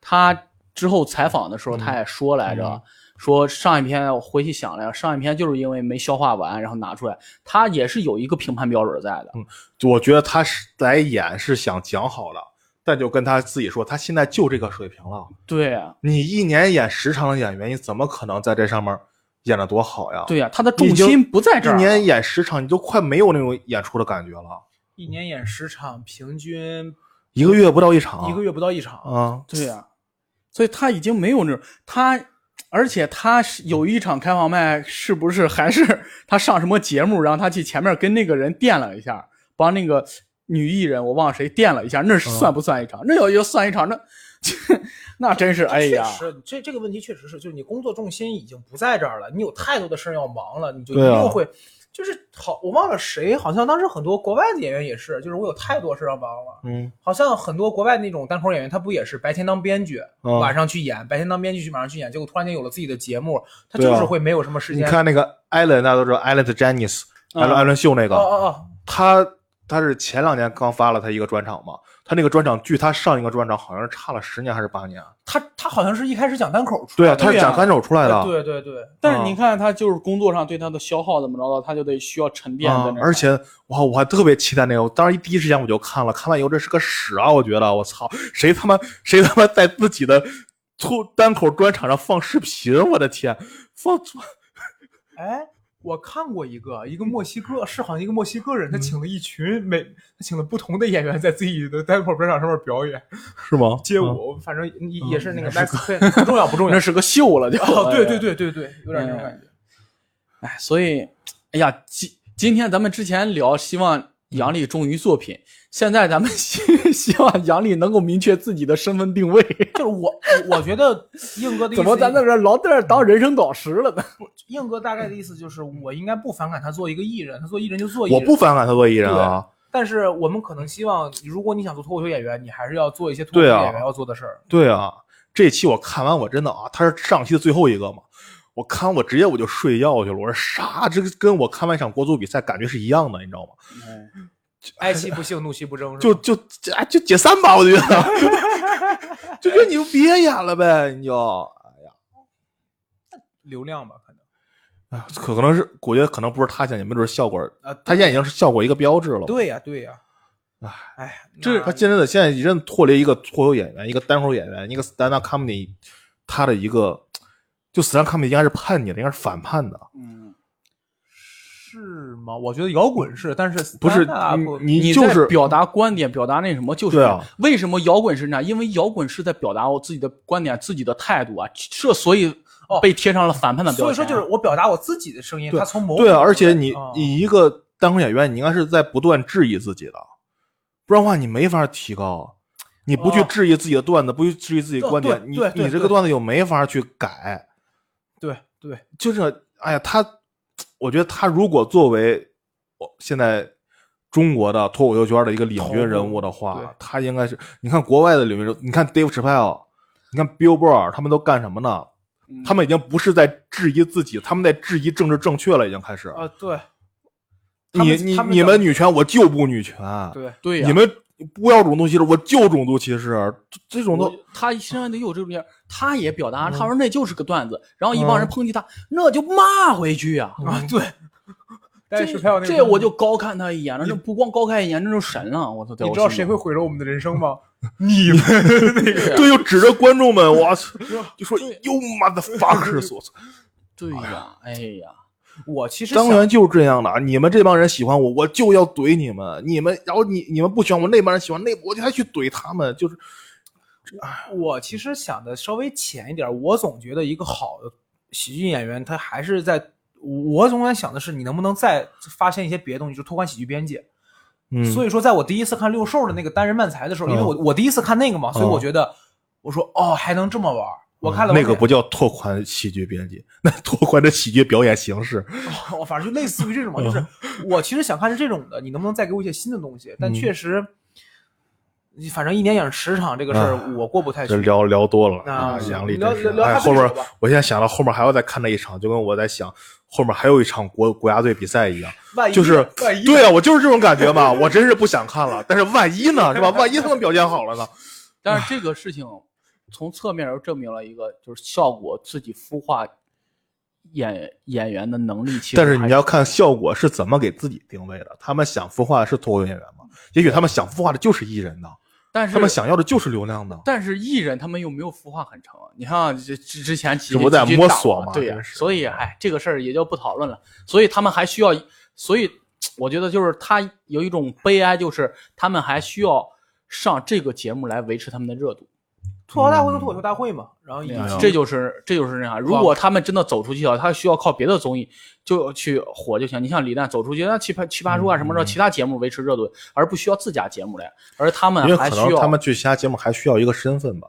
S3: 他之后采访的时候他也说来着，
S1: 嗯
S3: 说上一篇我回去想了，上一篇就是因为没消化完，然后拿出来，他也是有一个评判标准在
S1: 嗯
S3: 的。
S1: 我觉得他是来演是想讲好了，但就跟他自己说，他现在就这个水平了。
S3: 对啊，
S1: 你一年演十场的演员，你怎么可能在这上面演的多好呀？
S3: 对呀、他的
S1: 你
S3: 重
S1: 啊已经，
S3: 心不在这儿
S1: 一
S3: 了。
S1: 年演十场，你都快没有那种演出的感觉了，
S2: 一年演十场，平均
S1: 一个月不到一场，
S2: 一个
S1: 月
S2: 月不到一场。
S1: 啊，
S3: 对呀、所以他已经没有那种他，而且他是有一场开放麦，是不是还是他上什么节目，然后他去前面跟那个人垫了一下，帮那个女艺人我忘了谁垫了一下，那是算不算一
S2: 嗯
S3: 场？那要要算一场，那 那 真是哎呀，
S2: 确实，这这个问题确实是，就是你工作重心已经不在这儿了，你有太多的事儿要忙了，你就一
S1: 对啊
S2: 定会，就是好，我忘了谁，好像当时很多国外的演员也是，就是我有太多事儿要忙了，
S1: 嗯，
S2: 好像很多国外那种单口演员，他不也是白天当编剧，
S1: 嗯
S2: 晚上去演，白天当编剧去，晚上去演，结果突然间有了自己的节目，他
S1: 对
S2: 就
S1: 啊
S2: 是会没有什么时
S1: 你
S2: 间。哦
S1: 看那个艾伦，大家都知道艾伦的詹尼斯，艾伦艾伦秀那个，
S2: 哦哦哦，
S1: 他他是前两年刚发了他一个专场嘛，他那个专场距他上一个专场好像是差了十年还是八年？啊
S2: 他他好像是一开始讲单口出
S1: 对
S2: 来
S1: 啊，
S2: 的，
S1: 他是讲单手出来的，
S2: 对对对，
S3: 但是你看他就是工作上对他的消耗怎么着的，他就得需要沉淀在
S1: 啊
S2: 嗯
S3: 那儿。
S1: 而且哇，我还特别期待那个，我当时第一时间我就看了，看完以后这是个屎啊！我觉得我操，谁他妈谁他妈在自己的出单口专场上放视频？我的天，放
S2: 哎，我看过一个，一个墨西
S1: 嗯
S2: 哥是好像一个墨西哥人，他请了一群每他请了不同的演员在自己的单口专场上面表演
S1: 是吗？
S2: 街
S1: 嗯
S2: 舞，反正也也是那个 Mexican，不重要不重要
S3: 那。是个秀了，就、
S2: 哦， 对对
S1: 哎
S2: 对对对，有点那种感
S1: 嗯
S2: 觉。
S3: 哎，所以，哎呀，今今天咱们之前聊，希望杨笠忠于作品，现在咱们 希希望杨笠能够明确自己的身份定位。
S2: 就是我我我觉得硬哥的意思，
S3: 怎么咱在这老在这当人生导师了 呢？
S2: 硬哥大概的意思就是，我应该不反感他做一个艺人，他做艺人就做艺
S1: 我
S2: 人。
S1: 不反感他做艺人啊，
S2: 但是我们可能希望，如果你想做脱口秀演员，你还是要做一些脱口
S1: 对
S2: 秀
S1: 啊
S2: 演员要做的事儿。
S1: 对啊，这期我看完我真的啊，他是上期的最后一个嘛，我看完我直接我就睡觉去了，我说啥？这个跟我看完一场国足比赛感觉是一样的，你知道吗？
S2: 哎哀其不幸，怒其不争，是
S1: 就
S2: 吧
S1: 就就哎就解散吧，我觉得， 就觉得你就别演了呗，你就。
S2: 流量吧，可能。
S1: 啊，可可能是，我觉得可能不是他想，也没准是效果。
S2: 啊
S1: 他现在已经是效果一个标志了。，
S2: 对呀，对呀。哎，
S3: 啊
S1: 这他
S2: 那
S1: 现在的现在已经脱离一个脱口演员，一个单口演员，一个 stand up comedy，他的一个就 stand up comedy 应该是叛逆的，应该是反叛的，
S3: 嗯，
S2: 是吗？我觉得摇滚是，但是
S1: 不是
S2: stand-up
S1: 你
S3: 你
S1: 就
S3: 在
S1: 是
S3: 表达观点，表达那什么，就是
S1: 对啊
S3: 为什么摇滚是那样？因为摇滚是在表达我自己的观点、自己的态度啊，这所以
S2: 哦
S3: 被贴上了反叛的标
S2: 所
S3: 签。
S2: 以说就是我表达我自己的声音，
S1: 啊对
S2: 他从某
S1: 对啊，而且你
S2: 啊
S1: 你一个单口演员，你应该是在不断质疑自己的，不然的话你没法提高。你不去
S2: 哦
S1: 质疑自己的段子，不去质疑自己的
S2: 对
S1: 观点
S2: 对，
S1: 你
S2: 对对
S1: 你这个
S2: 对
S1: 段子又没法去改。
S2: 对对，
S1: 就是哎呀，他，我觉得他如果作为我现在中国的脱口秀圈的一个领军人物的
S2: 头部
S1: 话
S2: 对，
S1: 他应该是你看国外的领军人，你看 Dave Chappelle，你看 Billboard，他们都干什么呢？
S3: 嗯
S1: 他们已经不是在质疑自己，他们在质疑政治正确了，已经开始。
S2: 啊对他
S1: 你
S2: 们
S1: 你
S2: 他们
S1: 你
S2: 的
S1: 们女权，我就不女权。
S2: 对，
S3: 对呀、
S1: 你们不要种族歧视，我就种族歧视。这这种
S3: 我
S1: 都
S3: 他身上得有这种样儿，他也表达，
S1: 嗯
S3: 他说那就是个段子，然后一帮人抨击他，那就骂回去呀、
S1: 嗯
S2: 啊对，但是
S3: 这
S2: 还有那个
S3: 这我就高看他一眼了，这不光高看一眼，这就神了！我操！在
S2: 你
S3: 我
S2: 知道
S3: 心
S2: 谁
S3: 里
S2: 会毁了我们的人生吗？ 你们那个
S1: 对，就指着观众们，我操，就说 You motherfuckers！我操。
S3: 对呀？哎呀，
S2: 我其实
S1: 张
S2: 想
S1: 元就是这样的，啊你们这帮人喜欢我，我就要怼你们；你们，然后你你们不喜欢我，那帮人喜欢那，我就还去怼他们，就是
S2: 我其实想的稍微浅一点儿，我总觉得一个好的喜剧演员，他还是在，我总想想的是，你能不能再发现一些别的东西，就拓宽喜剧边界。
S1: 嗯
S2: 所
S1: 以
S2: 以说，在我第一次看六兽的那个单人漫才的时候，因为我我第一次看那个嘛，所以我觉得，我说哦，还能这么玩儿。我看了
S1: 嗯那个不，叫拓宽喜剧边界，那拓宽的喜剧表演形式。
S2: 我反正就类似于这
S1: 嗯
S2: 种嘛，就是我其实想看是这种的，你能不能再给我一些新的东西？但
S1: 嗯
S2: 确实，反正一年演十场这个事儿，
S1: 嗯
S2: 我过不太
S1: 这
S2: 去。
S1: 聊聊多了
S2: 啊
S1: 杨笠
S2: 聊
S1: 真是，
S2: 聊聊
S1: 哎，
S2: 他
S1: 后
S2: 对
S1: 边
S2: 手吧
S1: 我现在想到后面还要再看那一场，就跟我在想后面还有一场国国家队比赛一样，
S2: 万一
S1: 就是
S2: 万一
S1: 对啊，我就是这种感觉嘛，我真是不想看了，但是万一呢，是吧？万一他们表现好了呢？
S3: 但是这个事情从侧面又证明了一个，就是效果自己孵化演演员的能力，其实
S1: 但是
S3: 还
S1: 你要看效果是怎么给自己定位的。他们想孵化的是脱口秀演员吗？也许他们想孵化的就是艺人呢，
S3: 但是
S1: 他们想要的就是流量呢。
S3: 但是艺人他们又没有孵化很成，你看啊这之之前几
S1: 这不在
S3: 几
S1: 摸索
S3: 档
S1: 吗
S3: 对呀、
S1: 真是嗯
S3: 所以哎，这个事儿也就不讨论了。所以他们还需要，所以我觉得就是他有一种悲哀，就是他们还需要上这个节目来维持他们的热度，
S2: 吐槽大会跟脱口秀大会嘛，然后以及
S1: 嗯
S3: 啊这就是这就是那啥。如果他们真的走出去了，他需要靠别的综艺就去火就行。你像李诞走出去，那奇葩奇葩说啊什么
S1: 嗯
S3: 的，其他节目维持热度，而不需要自家节目来，而他
S1: 因为
S3: 们
S1: 可
S3: 还需
S1: 能
S3: 要
S1: 他们去其他节目还需要一个身份吧，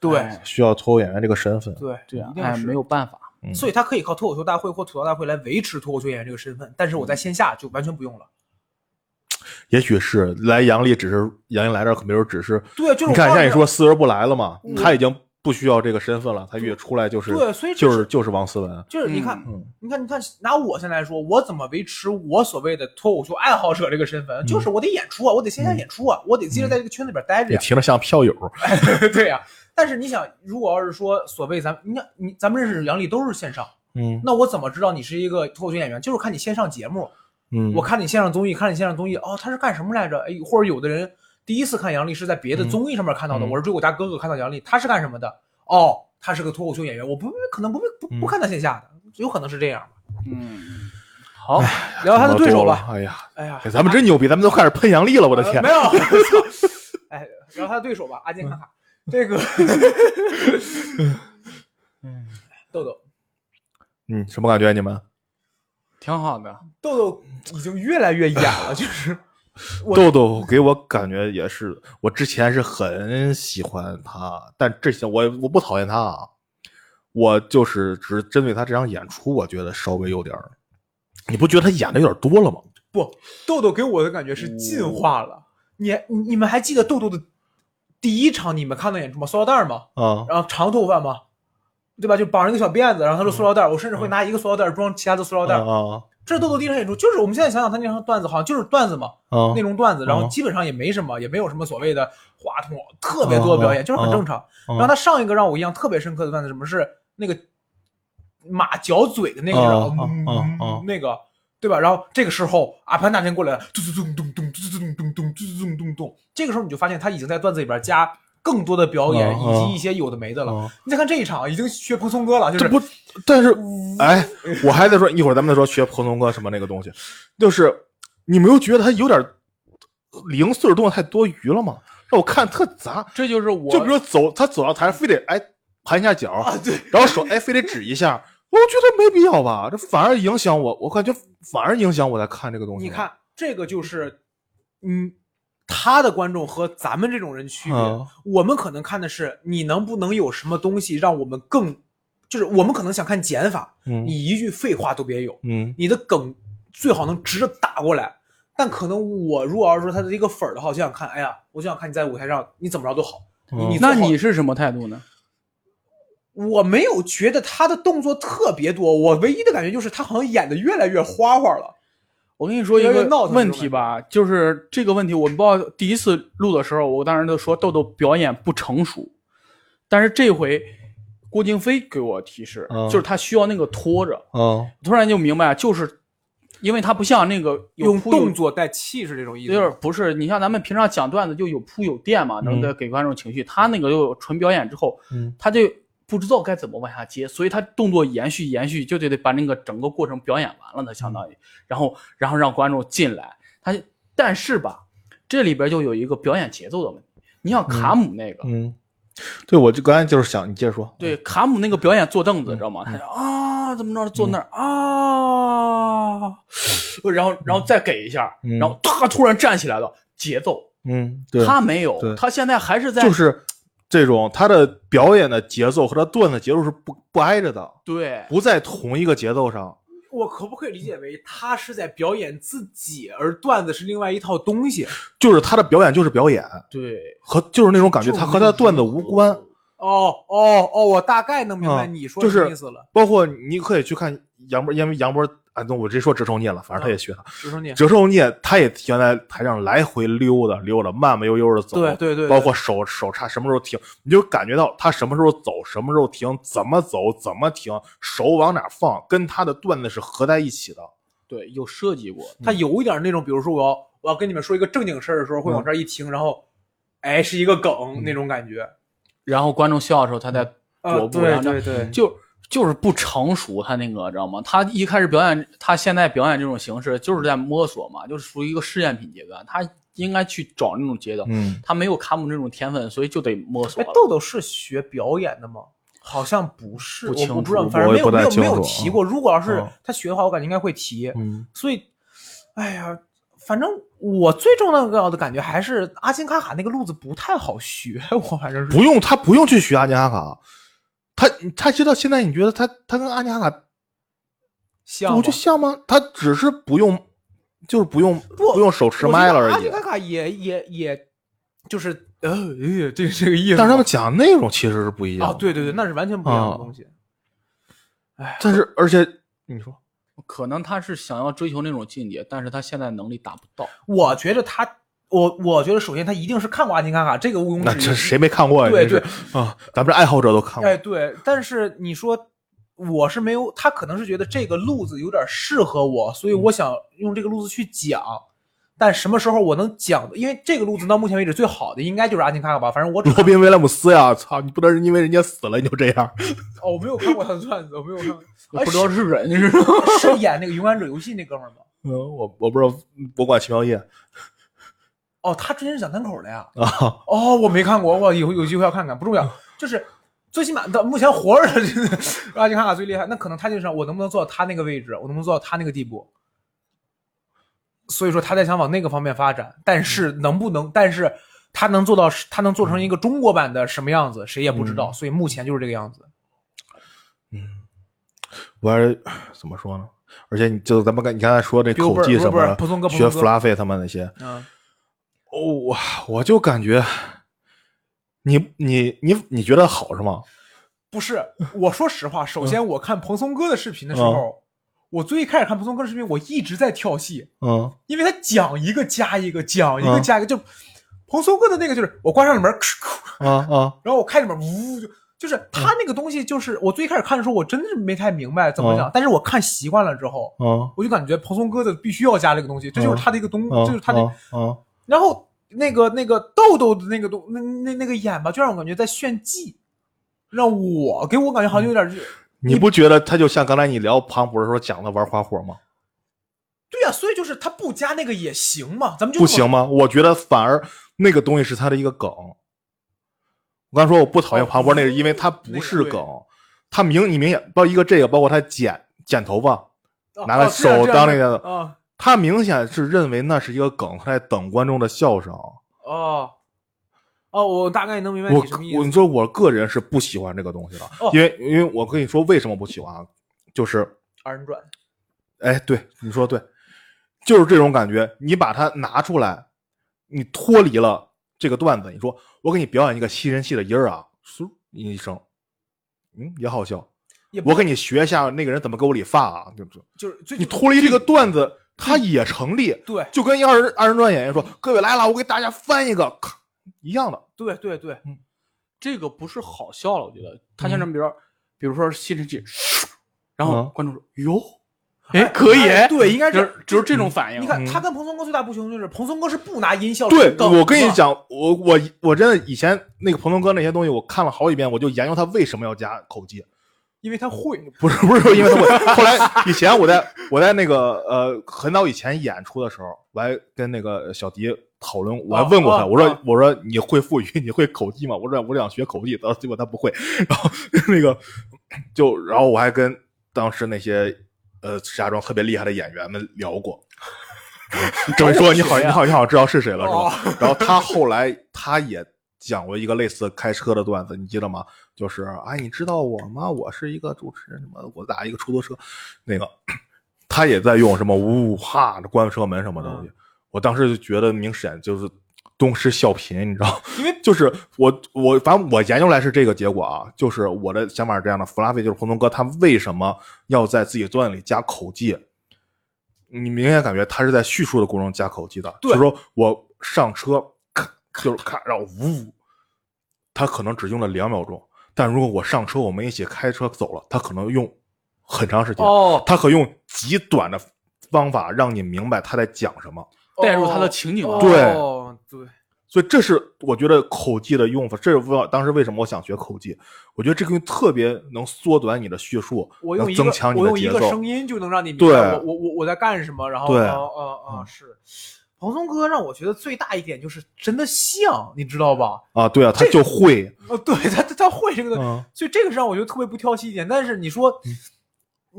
S2: 对
S3: 哎
S1: 需要脱口演员这个身份。
S2: 对
S3: 对啊
S2: 一，定
S3: 哎，
S2: 是
S3: 没有办法。
S1: 嗯
S2: 所以他可以靠脱口秀大会或吐槽大会来维持脱口秀演员这个身份，但是我在线下就完全不用了。
S1: 也许是来杨笠，只是杨笠来这儿，可没准只是
S2: 对，就是我
S1: 你看，
S2: 告诉嗯
S1: 像你说，思文不来了嘛，他已经不需要这个身份了，他越出来就是
S2: 对所以这哎
S1: 就是是就是王思文，
S2: 就是你看，
S1: 嗯
S2: 你看，你看，拿我现在来说，我怎么维持我所谓的脱口秀爱好者这个身份？
S1: 嗯
S2: 就是我得演出啊，我得线下演出啊，我得接着在这个圈子里边待着
S1: 也
S2: 呀。
S1: 听着像票友，
S2: 对呀、但是你想，如果要是说所谓咱，你看你咱们认识杨笠都是线上，
S1: 嗯
S2: 那我怎么知道你是一个脱口秀演员？就是看你线上节目，
S1: 嗯，
S2: 我看你线上综艺，看你线上综艺，哦，他是干什么来着？哎，或者有的人第一次看杨笠是在别的综艺上面看到的，
S1: 嗯
S2: 我是追我大哥哥看到杨笠，他是干什么的？哦，他是个脱口秀演员，我不可能不不
S1: 嗯
S2: 不看他线下的，有可能是这样吧。
S3: 嗯，好，
S2: 聊聊他的对手吧。
S1: 吧，哎呀，
S2: 哎呀
S1: 哎，咱们真牛逼，咱们都开始喷杨笠了，我的天
S2: 呃 没，有，我操哎，然后他的对手吧，阿健卡卡，这个，
S3: 嗯，
S2: 豆豆，
S1: 嗯，什么感觉你们？
S3: 挺好的。
S2: 豆豆已经越来越演了，就是我
S1: 豆豆给我感觉也是，我之前是很喜欢他，但这些我我不讨厌他啊，我就是只针对他这场演出，我觉得稍微有点儿，你不觉得他演的有点多了吗？
S2: 不，豆豆给我的感觉是进化了。你你你们还记得豆豆的第一场你们看的演出吗？塑料袋儿吗？
S1: 啊，
S2: 然后长头发吗？对吧？就绑上一个小辫子，然后他说塑料袋儿，我甚至
S1: 嗯
S2: 会拿一个塑料袋儿装其他的塑料袋儿。
S1: 啊
S2: 这是豆豆第一场演出，就是我们现在想想他那场段子好像就是段子嘛，
S1: 啊
S2: 内容段子，然后
S1: 嗯
S2: 基本上也没什么，也没有什么所谓的话筒特别多的表演，
S1: 嗯
S2: 就是很正常。
S1: 嗯
S2: 然后他上一个让我印象特别深刻的段子，什么是那个马嚼嘴的那个，
S1: 嗯
S2: 嗯
S1: 嗯嗯嗯
S2: 那个对吧？然后这个时候阿潘大神过来了，咚咚咚咚咚咚咚咚咚咚咚咚咚，这个时候你就发现他已经在段子里边加更多的表演
S1: 嗯
S2: 以
S1: 嗯
S2: 及一些有的没的了。
S1: 嗯
S2: 你再看这一场，已经学蓬松哥了，就
S1: 这
S2: 是
S1: 不，但是，哎，我还在说一会儿咱们再说学婆农哥什么那个东西，就是你没有觉得他有点零碎的动作太多余了吗？让我看特杂，
S3: 这就是我，
S1: 就比如走他走到台上，非得哎盘一下脚，
S2: 啊，对，
S1: 然后手哎非得指一 下，我觉得没必要吧，这反而影响我，我感觉反而影响我在看这个东西。
S2: 你，看，这个就是，嗯，他的观众和咱们这种人区别。
S1: 嗯
S2: 我们可能看的是你能不能有什么东西让我们更，就是我们可能想看减法，
S1: 嗯
S2: 你一句废话都别有，
S1: 嗯
S2: 你的梗最好能直着打过来。但可能我如果要是说他是一个粉儿的话，我就想看，哎呀，我就想看你在舞台上你怎么着都好。
S1: 嗯
S2: 你
S3: 那你是什么态度呢？
S2: 我没有觉得他的动作特别多，我唯一的感觉就是他好像演的越来越花花了。
S3: 我跟你说一
S2: 越来
S3: 个
S2: 越闹腾
S3: 问题吧，就是这个问题，我们不知道第一次录的时候，我当时就说豆豆表演不成熟，但是这回郭京飞给我提示，
S1: 嗯
S3: 就是他需要那个拖着，
S1: 嗯
S3: 突然就明白，就是因为他不像那个有
S2: 用
S3: 铺有
S2: 动作带气势这种意思
S3: 就
S2: 吗，
S3: 是不是你像咱们平常讲段子就有铺有垫嘛，
S1: 嗯
S3: 能给给观众情绪。他那个就纯表演之后，
S1: 嗯
S3: 他就不知道该怎么往下接，所以他动作延续延续，就得得把那个整个过程表演完了，他相
S1: 嗯
S3: 当于，然后然后让观众进来。他但是吧，这里边就有一个表演节奏的问题。你像卡姆那个，
S1: 嗯，对，我就刚才就是想你接着说，
S3: 对卡姆那个表演坐凳
S1: 嗯
S3: 子，知道吗？他就啊怎么着坐那儿、啊，然后然后再给一下，
S1: 嗯
S3: 然后他突然站起来了，节奏。
S1: 嗯，对，
S3: 他没有
S1: 对，
S3: 他现在还是在
S1: 就是这种他的表演的节奏和他段子节奏是不不挨着的，
S3: 对
S1: 不在同一个节奏上。
S2: 我可不可以理解为他是在表演自己，而段子是另外一套东西？
S1: 就是他的表演就是表演，
S3: 对，
S1: 和就是那种感觉，他和他的段子无关。
S2: 哦哦哦，我大概能明白
S1: 嗯
S2: 你说
S1: 就
S2: 什么
S1: 是
S2: 意思了。
S1: 包括你可以去看杨波，因为杨波，啊，那我直接说折寿孽了，反正他也学他。
S2: 石兄弟，
S1: 折寿孽他也原来台上来回溜达溜达，慢慢悠悠的走。
S2: 对对对，
S1: 包括手手叉什么时候停，你就感觉到他什么时候走，什么时候停，怎么走，怎么停，手往哪放，跟他的段子是合在一起的。
S3: 对有设计过，
S2: 他有一点那种，比如说我要我要跟你们说一个正经事儿的时候，会
S1: 嗯
S2: 往这儿一停，然后，哎，是一个梗那种感觉。
S3: 然后观众笑的时候，他在
S1: 嗯
S2: 啊，
S3: 我不
S2: 对
S3: 然
S2: 对对，
S3: 就就是不成熟，他那个知道吗？他一开始表演，他现在表演这种形式就是在摸索嘛，就是属于一个试验品阶段，他应该去找那种节奏，
S1: 嗯，
S3: 他没有卡姆那种天分，所以就得摸索
S2: 哎
S3: 了，。
S2: 豆豆是学表演的吗？好像不是，
S3: 不
S2: 我
S3: 清
S2: 我不知
S3: 楚
S2: 道，反正
S1: 我
S2: 没
S1: 也
S2: 有
S1: 不
S2: 没
S1: 太
S2: 有没
S1: 清
S2: 有
S1: 楚
S2: 提
S1: 啊
S2: 过。如果要是
S1: 嗯
S2: 他学的话，我感觉应该会提。
S1: 嗯
S2: 所以，哎呀，反正我最重要的感觉还是阿金卡卡那个路子不太好学， 我反正是
S1: 不用他不用去学阿尼哈卡，他他知道现在你觉得他他跟阿尼哈卡
S2: 像
S1: 我
S2: 吗
S1: 就像吗？他只是不用，就是不用
S2: 不
S1: 用手持
S2: 我觉
S1: 麦
S2: 得
S1: 了
S2: 阿
S1: 而
S2: 金
S1: 已
S2: 卡。卡也也也就是呃，呃这这个意思。
S1: 但是他们讲的内容其实是不一样
S2: 啊，
S1: 的。
S2: 对对对，那是完全不一样的
S1: 啊
S2: 东西。
S1: 但是而且你说
S3: 可能他是想要追求那种境界，但是他现在能力达不到。
S2: 我觉得他，我我觉得首先他一定是看过《阿金卡卡》，这个毋庸
S1: 那
S2: 置疑。
S1: 这谁没看过呀？
S2: 对
S1: 真是啊，咱们这爱好者都看过
S2: 哎，。对，但是你说我是没有，他可能是觉得这个路子有点适合我，所以
S1: 嗯
S2: 我想用这个路子去讲。但什么时候我能讲？因为这个路子到目前为止最好的应该就是阿金卡卡吧，反正我只
S1: 罗宾威廉姆斯呀，操！你不能因为人家死了你就这样。
S2: 哦，我没有看过他的段子，我没有看过，
S3: 我不知哎道是人是吧？
S2: 是演那个《勇敢者游戏》那哥们儿吗？
S1: 嗯，我我不知道博物馆奇妙夜
S2: 哦，他之前是讲单口的呀。
S1: 啊，
S2: 哦，我没看过，我以后有机会要看看，不重要，就是。最起码到目前活着的 啊这个阿金卡卡最厉害，那可能他就是我能不能做到他那个位置，我能不能做到他那个地步。所以说他在想往那个方面发展，但是能不能，但是他能做到，他能做成一个中国版的什么样子，谁也不知道。所以目前就是这个样子。
S1: 我还是怎么说呢？而且你就咱们刚你刚才说这口技什么
S2: Billboard，Billboard，普通哥
S1: 的，
S2: 普
S1: 学
S2: 通哥
S1: 弗拉费他们那些，
S2: 嗯，
S1: 哦，我我就感觉，你你你你觉得好是吗？
S2: 不是，我说实话，首先我看蓬松哥的视频的时候，我最开始看蓬松哥的视频，我一直在跳戏。
S1: 嗯，
S2: 因为他讲一个加一个，讲一个
S1: 嗯
S2: 加一个，就蓬松哥的那个就是我关上了门，咳咳
S1: 啊啊，
S2: 然后我开里面呜，就就是他
S1: 嗯
S2: 那个东西，就是我最开始看的时候，我真的是没太明白怎么讲，但是我看习惯了之后，
S1: 嗯，
S2: 我就感觉蓬松哥的必须要加这个东西，这就是他的一个东，
S1: 嗯
S2: 这就是他的。
S1: 嗯
S2: 然后那个那个豆豆的那个东，那那那个眼吧，就让我感觉在炫技，让我给我感觉好像有点
S1: 嗯
S2: 是。
S1: 你不觉得他就像刚才你聊庞博的时候讲的玩花火吗？
S2: 对呀、所以就是他不加那个也行嘛，咱们就
S1: 不行吗？我觉得反而那个东西是他的一个梗。我刚说我不讨厌庞哦博那个，因为他不是
S2: 那个
S1: 梗，他明你明显包括一个这个，包括他剪剪头发，
S2: 啊
S1: 拿了
S2: 啊这样
S1: 手
S2: 这样
S1: 当那
S2: 这样
S1: 个
S2: 啊
S1: 他明显是认为那是一个梗，他在等观众的笑声。
S2: 哦，哦，我大概能明白
S1: 我
S2: 你什么意
S1: 我
S2: 思
S1: 你说我个人是不喜欢这个东西的，
S2: 哦
S1: 因为因为我跟你说为什么不喜欢啊，就是
S2: 二人转，
S1: 哎，对，你说的对，就是这种感觉。你把它拿出来，你脱离了这个段子，你说我给你表演一个吸人气的音儿啊，嗖一声，嗯，也好笑
S2: 也。不
S1: 我给你学一下那个人怎么给我理发啊，对不对？
S2: 就是最
S1: 你脱离这个段子，它也成立，
S2: 对
S1: 就跟一二人二人转演员说：“各位来了，我给大家翻一个。咔”一样的。
S2: 对对对，
S3: 这个不是好笑了，我觉得他像这么比如，比如说吸尘器，然后
S1: 嗯
S3: 观众说哟，哎可以，
S2: 哎对，应该
S3: 就是是就是这种嗯反应。
S2: 你看他跟蓬松哥最大不同就是蓬松哥是不拿音效，
S1: 嗯对
S2: 是，梗
S1: 我跟你
S2: 嘛，
S1: 讲，我我我真的以前那个彭东哥那些东西，我看了好几遍，我就研究他为什么要加口技。
S2: 因为他会，
S1: 不是不是说因为他会。后来以前我在我在那个呃很早以前演出的时候，我还跟那个小迪讨论，我还问过他，
S2: 哦
S1: 我说、
S2: 哦
S1: 我说你会腹语，你会口技吗？我说我想学口技，然后结果他不会。然后 那个就然后我还跟当时那些呃石家庄特别厉害的演员们聊过。 这么一说，你 好，你好，你好，知道是谁了
S2: 哦
S1: 是吧？ 然后他后来他也讲过一个类似开车的段子，你记得吗？就是哎，你知道我吗？我是一个主持人，什么我打一个出租车，那个他也在用什么呜呜哈的关车门什么东
S2: 嗯
S1: 西。我当时就觉得明显就是东施效颦，你知道吗？
S2: 因为
S1: 就是我我反正我研究来是这个结果啊，就是我的想法是这样的：弗拉菲就是红东哥，他为什么要在自己段里加口技？你明显感觉他是在叙述的过程中加口技的，
S2: 对
S1: 就是说我上车，咔，就是咔，然后呜，他可能只用了两秒钟，但如果我上车，我们一起开车走了，他可能用很长时间，
S3: 哦，
S1: 他可用极短的方法让你明白他在讲什么。
S3: 带入他的情景
S2: 哦
S3: 了
S1: 对
S2: 哦对，
S1: 所以这是我觉得口技的用法，这是我当时为什么我想学口技。我觉得这个东西特别能缩短你的叙述，
S2: 我
S1: 能
S2: 用一个
S1: 增强你
S2: 我
S1: 的
S2: 用一
S1: 节
S2: 个
S1: 奏。
S2: 声音就能让你明
S1: 对
S2: 白我我我我在干什么，然后
S1: 对嗯
S2: 哦哦哦是。蓬松哥让我觉得最大一点就是真的像，你知道吧？
S1: 啊，对啊，他就会，
S2: 哦，对他他他会这个东西，
S1: 嗯
S2: 所以这个是让我觉得特别不挑剔一点。但是你说，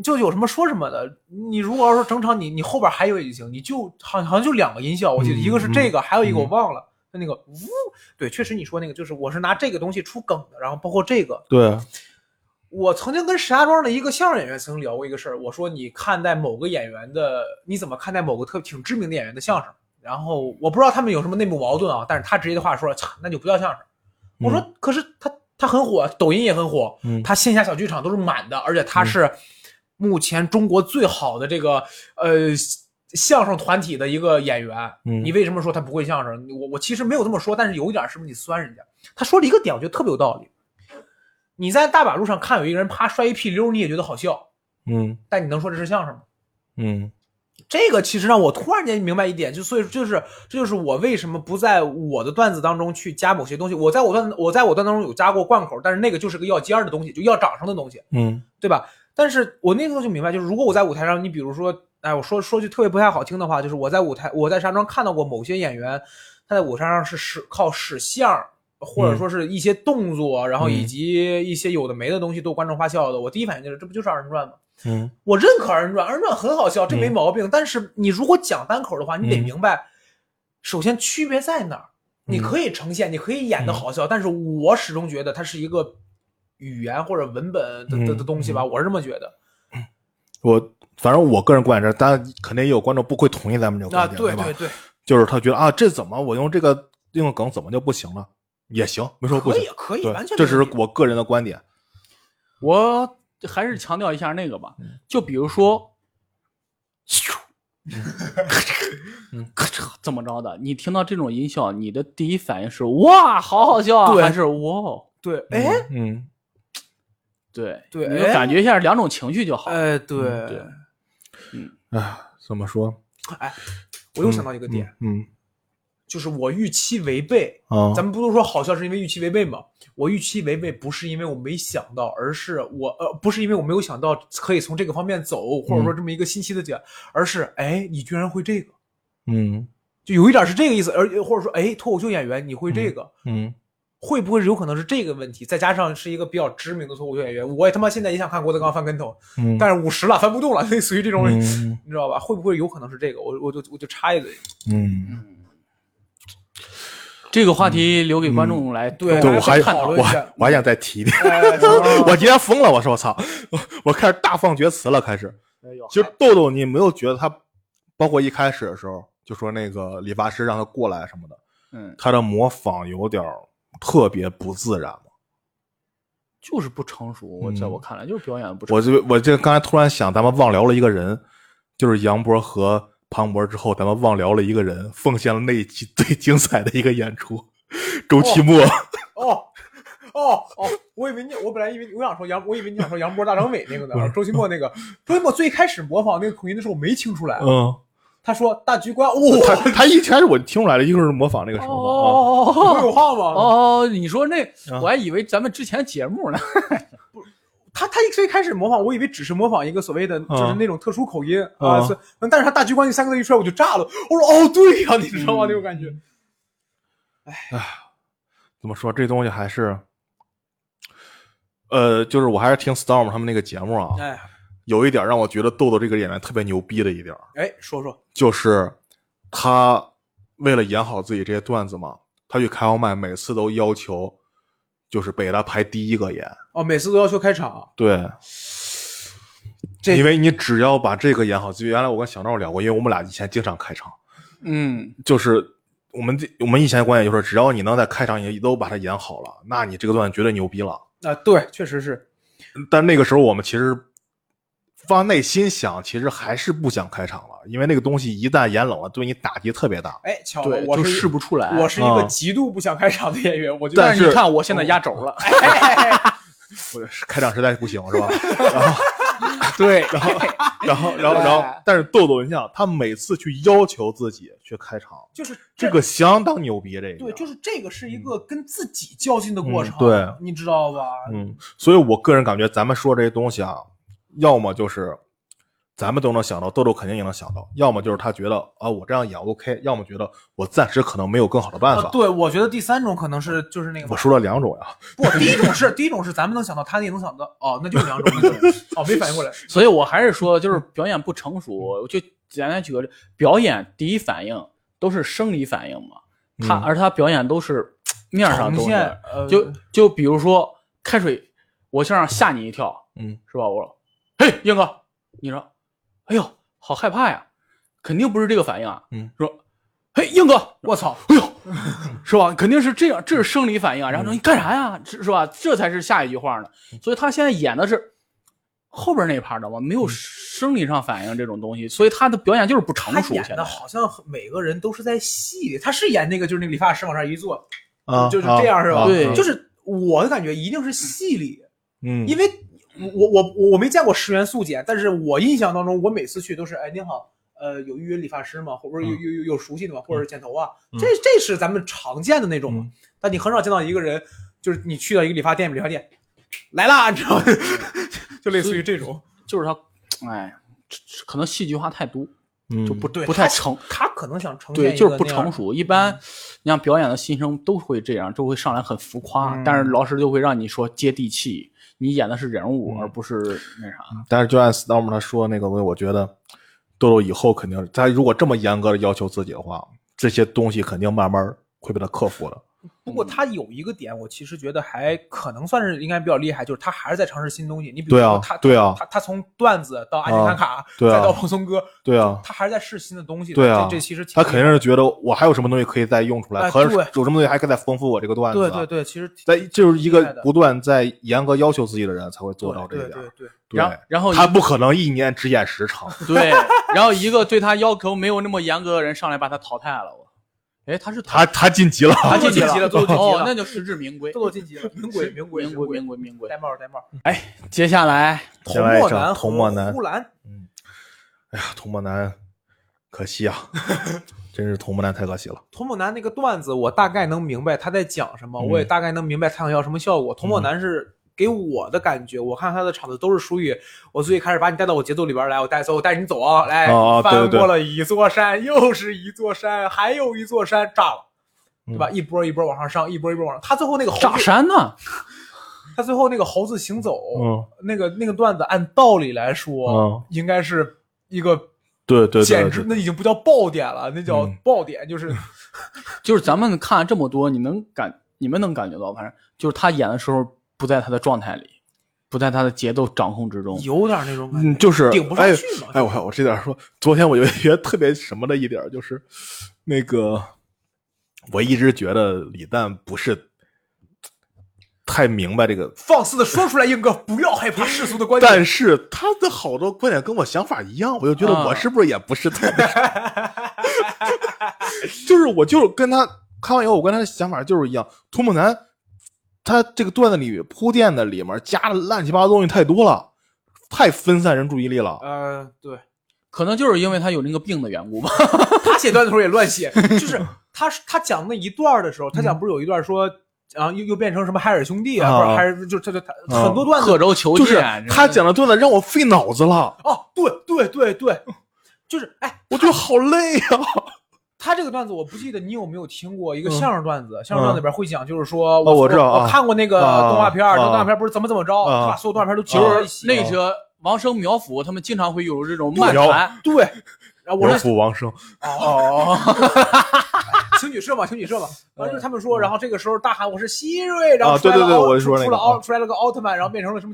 S2: 就有什么说什么的。你如果要说整场你你后边还有也行，你就好好像就两个音效，我记得
S1: 嗯
S2: 一个是这个，还有一个
S1: 嗯
S2: 我忘了，就那个呜，对，确实你说那个就是我是拿这个东西出梗的，然后包括这个，
S1: 对，
S2: 我曾经跟石家庄的一个相声演员曾经聊过一个事儿，我说你看待某个演员的，你怎么看待某个特挺知名的演员的相声？然后我不知道他们有什么内部矛盾啊，但是他直接的话说，操那就不叫相声。我说，可是他他很火，抖音也很火，
S1: 嗯
S2: 他线下小剧场都是满的，而且他是目前中国最好的这个呃相声团体的一个演员。
S1: 嗯
S2: 你为什么说他不会相声？我我其实没有这么说，但是有一点是不是你酸人家？他说了一个点，我觉得特别有道理。你在大马路上看有一个人啪摔一屁溜儿，你也觉得好笑，
S1: 嗯
S2: 但你能说这是相声吗？
S1: 嗯
S2: 这个其实让我突然间明白一点，就所以就是这就是我为什么不在我的段子当中去加某些东西。我在我段我在我段当中有加过贯口，但是那个就是个要尖儿的东西，就要掌声的东西，
S1: 嗯
S2: 对吧？但是我那个时候就明白，就是如果我在舞台上，你比如说，哎，我说说句特别不太好听的话，就是我在舞台我在石家庄看到过某些演员，他在舞台上是使靠使相儿。或者说是一些动作，然后以及一些有的没的东西逗观众发笑的，我第一反应就是这不就是二人转吗？
S1: 嗯
S2: 我认可二人转，二人转很好笑，这没毛病。但是你如果讲单口的话，你得
S1: 嗯
S2: 明白，首先区别在哪儿。你
S1: 嗯
S2: 可以呈现，你可以演的好笑，但是我始终觉得它是一个语言或者文本的的的
S1: 嗯
S2: 东西吧，我是这么觉得。
S1: 我反正我个人观点是，当然肯定也有观众不会同意咱们这个
S2: 啊，
S1: 观点，
S2: 对
S1: 吧
S2: 对？对，
S1: 就是他觉得啊，这怎么我用这个用个梗怎么就不行了？也行，没说不
S2: 可
S1: 行
S2: 以，可以，
S1: 对
S2: 完全没
S1: 这只
S2: 问
S1: 是
S2: 题
S1: 我个人的观点。
S3: 我还是强调一下那个吧，就比如说，嗯咻，
S1: 嗯
S3: 咔嚓，怎么着的？你听到这种音效，你的第一反应是哇，好好笑啊，
S2: 对
S3: 还是哇？
S2: 对，哎，
S1: 嗯，
S3: 对哎呃
S2: 对
S3: 你就感觉一下两种情绪就好。
S2: 哎，对
S3: 对，
S1: 嗯，哎，怎么说？
S2: 我又想到一个点，
S1: 嗯，
S2: 就是我预期违
S1: 嗯
S2: 背。
S1: 啊，
S2: 咱们不都说好笑是因为预期违背吗？我预期违背不是因为我没想到，而是我呃不是因为我没有想到可以从这个方面走，或者说这么一个新奇的点，而是哎你居然会这个，
S1: 嗯
S2: 就有一点是这个意思，而或者说哎脱口秀演员你会这个，
S1: 嗯
S2: 会不会有可能是这个问题？再加上是一个比较知名的脱口秀演员，我也他妈现在也想看郭德纲翻跟头，
S1: 嗯，
S2: 但是五十了翻不动了， 类似于这种，
S1: 嗯
S2: 你知道吧？会不会有可能是这个？我我就我就插 一嘴，
S1: 嗯，
S3: 这个话题留给观众来
S2: 对
S1: 对
S2: 大家
S1: 我还
S2: 再讨
S1: 我
S2: 论一下
S1: 还我还想再提一点，
S2: 哎
S1: 我今天疯了，我说我操， 我我开始大放厥词了，开始。其实豆豆，你没有觉得他，包括一开始的时候就说那个理发师让他过来什么的，
S3: 嗯，
S1: 他的模仿有点儿特别不自然嘛。
S3: 就是不成熟。我在
S1: 嗯
S3: 我看来就是表演得不成
S1: 我
S3: 熟。
S1: 这我这刚才突然想，咱们忘聊了一个人，就是杨波和庞博之后，咱们忘聊了一个人，奉献了那一期最精彩的一个演出，周奇墨。
S2: 哦哦哦！我以为你，我本来以为我想说杨，我以为你想说杨波大张伟那个呢，周奇墨那个。周奇墨最开始模仿那个口音的时候，我没听出来。
S1: 嗯，
S2: 他说大局观，哇、哦
S1: 他他一开始我听出来了，一会儿模仿那个什啊
S3: 哦
S1: 么
S3: 哦
S2: 不
S3: 哦
S2: 会有话吗？
S3: 哦哦，你说那
S1: 啊
S3: 我还以为咱们之前节目呢。
S2: 他他最开始模仿，我以为只是模仿一个所谓
S3: 嗯
S2: 的就是那种特殊口音
S1: 嗯
S2: 啊，
S1: 嗯
S2: 所以但是他大局观这三个字一出来，我就炸了。我说哦，对呀、你知道吗？
S3: 嗯
S2: 那种感觉。
S1: 怎么说这东西还是，呃，就是我还是听 Storm 他们那个节目啊，
S2: 哎
S1: 有一点让我觉得豆豆这个演员特别牛逼的一点儿，
S2: 哎，说说，
S1: 就是他为了演好自己这些段子嘛，他去开放麦每次都要求就是被他排第一个演，
S2: 哦，每次都要求开场，
S1: 对，
S2: 这
S1: 因为你只要把这个演好，就原来我跟小赵聊过，因为我们俩以前经常开场，
S3: 嗯，
S1: 就是。我们这我们以前的观点就是，只要你能在开场也都把它演好了，那你这个段子绝对牛逼了。
S2: 啊，对，确实是，
S1: 但那个时候我们其实发内心想，其实还是不想开场了，因为那个东西一旦演冷了，对你打击特别大。
S2: 哎，巧了
S3: 对，，
S2: 我
S3: 就是试不出来。
S2: 我是一个
S1: 啊
S2: 极度不想开场的演员，我觉得
S1: 但
S2: 哎
S3: 但
S1: 是
S3: 是你看我现在压轴了。
S1: 我开场实在是不行，是 吧？然后，
S3: 对，
S1: 然后，然后，然后，但是豆豆，你想，他每次去要求自己去开场，
S2: 就是
S1: 这个相当牛逼，这个
S2: 对，就是这个是一个跟自己较劲的过程，
S1: 嗯对
S2: 你知道吧？呃
S1: 嗯，所以我个人感觉，咱们说这些东西啊，要么就是咱们都能想到，豆豆肯定也能想到；要么就是他觉得啊，我这样也 OK；要么觉得我暂时可能没有更好的办
S2: 啊
S1: 法。，
S2: 对，我觉得第三种可能是就是那个
S1: 我说了两种呀、
S2: 不，第一种是第一种是咱们能想到，他也能想到，哦，那就是两种，哦，没反应 过来，
S3: 所以我还是说，就是表演不成熟。我就简单举个例，表演第一反应都是生理反应嘛，他、
S1: 嗯
S3: 而他表演都是面上
S2: 呈
S3: 的东西
S2: 现。呃
S3: 就就比如说开水，我想让吓你一跳，
S1: 嗯，
S3: 是吧？我说，嘿，英哥，你说，哎呦，好害怕呀，肯定不是这个反应啊。
S1: 嗯，
S3: 说，嘿，硬哥，
S2: 我操，
S3: 哎呦， 是吧？肯定是这样，这是生理反应啊。
S2: 嗯
S3: 然后说你干啥呀？这是吧？这才是下一句话呢。所以他现在演的是后边那一趴，知道吗？没
S2: 嗯
S3: 有生理上反应这种东西，所以他的表演就是不成
S2: 他
S3: 熟。
S2: 演
S3: 现在
S2: 的好像每个人都是在戏里，他是演那个就是那个理发师往这儿一坐，
S1: 啊，
S2: 就是这样是吧？
S1: 啊
S3: 对
S1: 啊
S2: 就是我的感觉一定是戏里，
S1: 嗯，
S2: 因为我我我我没见过十元素姐，但是我印象当中，我每次去都是哎您好，呃有预约理发师吗？或者有
S1: 嗯
S2: 有有有熟悉的吗？或者是剪头啊？
S1: 嗯
S2: 这这是咱们常见的那种嘛。
S1: 嗯
S2: 但你很少见到一个人，就是你去到一个理发店，理发店来啦，你知道吗？ 就类似于这种，
S3: 就是他，哎，这这可能戏剧化太多，
S1: 嗯
S3: 就不
S2: 对
S3: 不太
S2: 他
S3: 成。
S2: 他可能想呈现
S3: 对，
S2: 一
S3: 就是
S2: 个
S3: 不
S2: 那样嗯
S3: 成熟。一般，你像表演的新生都会这样，都会上来很浮夸，
S2: 嗯
S3: 但是老师就会让你说接地气，你演的是人物，
S2: 嗯
S3: 而不是那啥。
S1: 但是就按 Storm 他说的那个东西，我觉得豆豆以后肯定，他如果这么严格的要求自己的话，这些东西肯定慢慢会被他克服的。
S2: 不
S1: 嗯
S2: 过他有一个点，我其实觉得还可能算是应该比较厉害，就是他还是在尝试新东西。你比如
S1: 对啊
S2: 说他，
S1: 对啊
S2: 他他从段子到安吉
S1: 啊
S2: 卡卡，
S1: 对啊
S2: 再到蓬松哥，
S1: 对啊，
S2: 他还是在试新的东西的。
S1: 对啊
S2: 这这其实挺
S1: 他肯定是觉得我还有什么东西可以再用出来，
S2: 哎
S1: 和
S2: 对
S1: 有什么东西还可以再丰富我这个段子、
S2: 对
S1: 啊。
S2: 对对，其实挺
S1: 在就是一
S2: 厉
S1: 个
S2: 害的
S1: 不断在严格要求自己的人才会做到这
S2: 对
S1: 一
S2: 对
S1: 点。
S2: 对对，
S1: 对
S3: 然然后
S1: 他不可能一年只演十场，
S3: 对，然后一个对他要求没有那么严格的人上来把他淘汰了。我，哎，他是淘
S1: 他他晋 级了。
S3: 他
S2: 晋级了
S3: 了，
S2: 最后晋级了
S3: 哦，那就实至名归
S2: 这。都晋级了， 名鬼名鬼嗯
S3: 名归
S2: 鬼
S3: 名，归名归
S2: 戴。帽戴帽，
S3: 接下来
S1: 下
S2: 童
S1: 来一
S2: 墨
S1: 场
S2: 男
S1: 童墨男
S2: 呼兰，
S1: 哎呀， 童漠男，可惜 啊，真是童漠男太可惜了。
S2: 童墨男那个段子，我大概能明白他在讲什么，
S1: 嗯
S2: 我也大概能明白他想要什么效果。童墨男是给我的感觉，我看他的场子都是属于我最开始把你带到我节奏里边来，我带走，我带你走啊，来，
S1: 哦哦对
S2: 翻
S1: 对对
S2: 过了一座山，又是一座山，还有一座山，炸了。
S1: 嗯
S2: 对吧？一波一波往上上，一波一波往上。他最后那个猴
S3: 炸
S2: 子，
S3: 山呢？
S2: 他最后那个猴子行走，
S1: 嗯，
S2: 那个那个段子，按道理来说
S1: 嗯，
S2: 应该是一个
S1: 对对对
S2: 简
S1: 对
S2: 直那已经不叫爆点了，那叫
S1: 嗯
S2: 爆点，就是
S3: 就是咱们看这么多，你能感你们能感觉到，反正就是他演的时候不在他的状态里，不在他的节奏掌控之中。
S2: 有点那种感觉。
S1: 嗯，就是
S2: 顶不上
S1: 哎
S2: 去嘛
S1: 哎，我我这点儿说，昨天我就 觉得特别什么的一点儿就是，那个我一直觉得李诞不是太明白这个，
S2: 放肆的说出来，硬哥，不要害怕世俗的观点。
S1: 但是他的好多观点跟我想法一样，我就觉
S3: 啊
S1: 得我是不是也不是特别， 就是我就是跟他看完以后，我跟他的想法就是一样。涂木南他这个段子里铺垫的里面加的乱七八糟东西太多了，太分散人注意力了。
S2: 呃，对，
S3: 可能就是因为他有那个病的缘故 吧。
S2: 他写段子的时候也乱 写，就是他他讲那一段儿的时候，他讲不是有一段说，啊，又又变成什么海尔兄弟啊，
S1: 嗯啊
S2: 或者还是就他就他
S1: 啊
S2: 很多段子
S3: 刻舟求剑，啊
S1: 就是他讲的段子让我费脑子了，
S2: 哦，对对对对，就是哎，
S1: 我觉得好累啊呀、
S2: 他这个段子我不记得你有没有听过一个
S1: 嗯
S2: 相声段子，相声段子里边会讲，就是说
S1: 哦我知道
S2: 我
S1: 啊
S2: 看过那个
S1: 啊
S2: 动画片儿，
S1: 啊
S2: 这动画片儿不是怎么怎么着，
S1: 啊哦
S2: 他把所有动画片儿都集
S1: 就
S2: 中
S1: 是
S2: 在
S3: 就
S2: 一
S3: 是
S2: 起
S3: 那
S2: 了
S3: 些王生、苗阜他们经常会有这种漫
S1: 有
S3: 谈。
S2: 对，然后我说
S1: 父王生，
S3: 哦，
S2: 请举社嘛，请举社嘛。完了就是他们说，然后这个时候大喊我是希瑞，然
S1: 嗯
S2: 后
S1: 啊
S2: 出来了
S1: 对对对
S2: 奥
S1: 我说那个
S2: 出了
S1: 啊
S2: 奥出来了个奥特曼，然后变成了什么？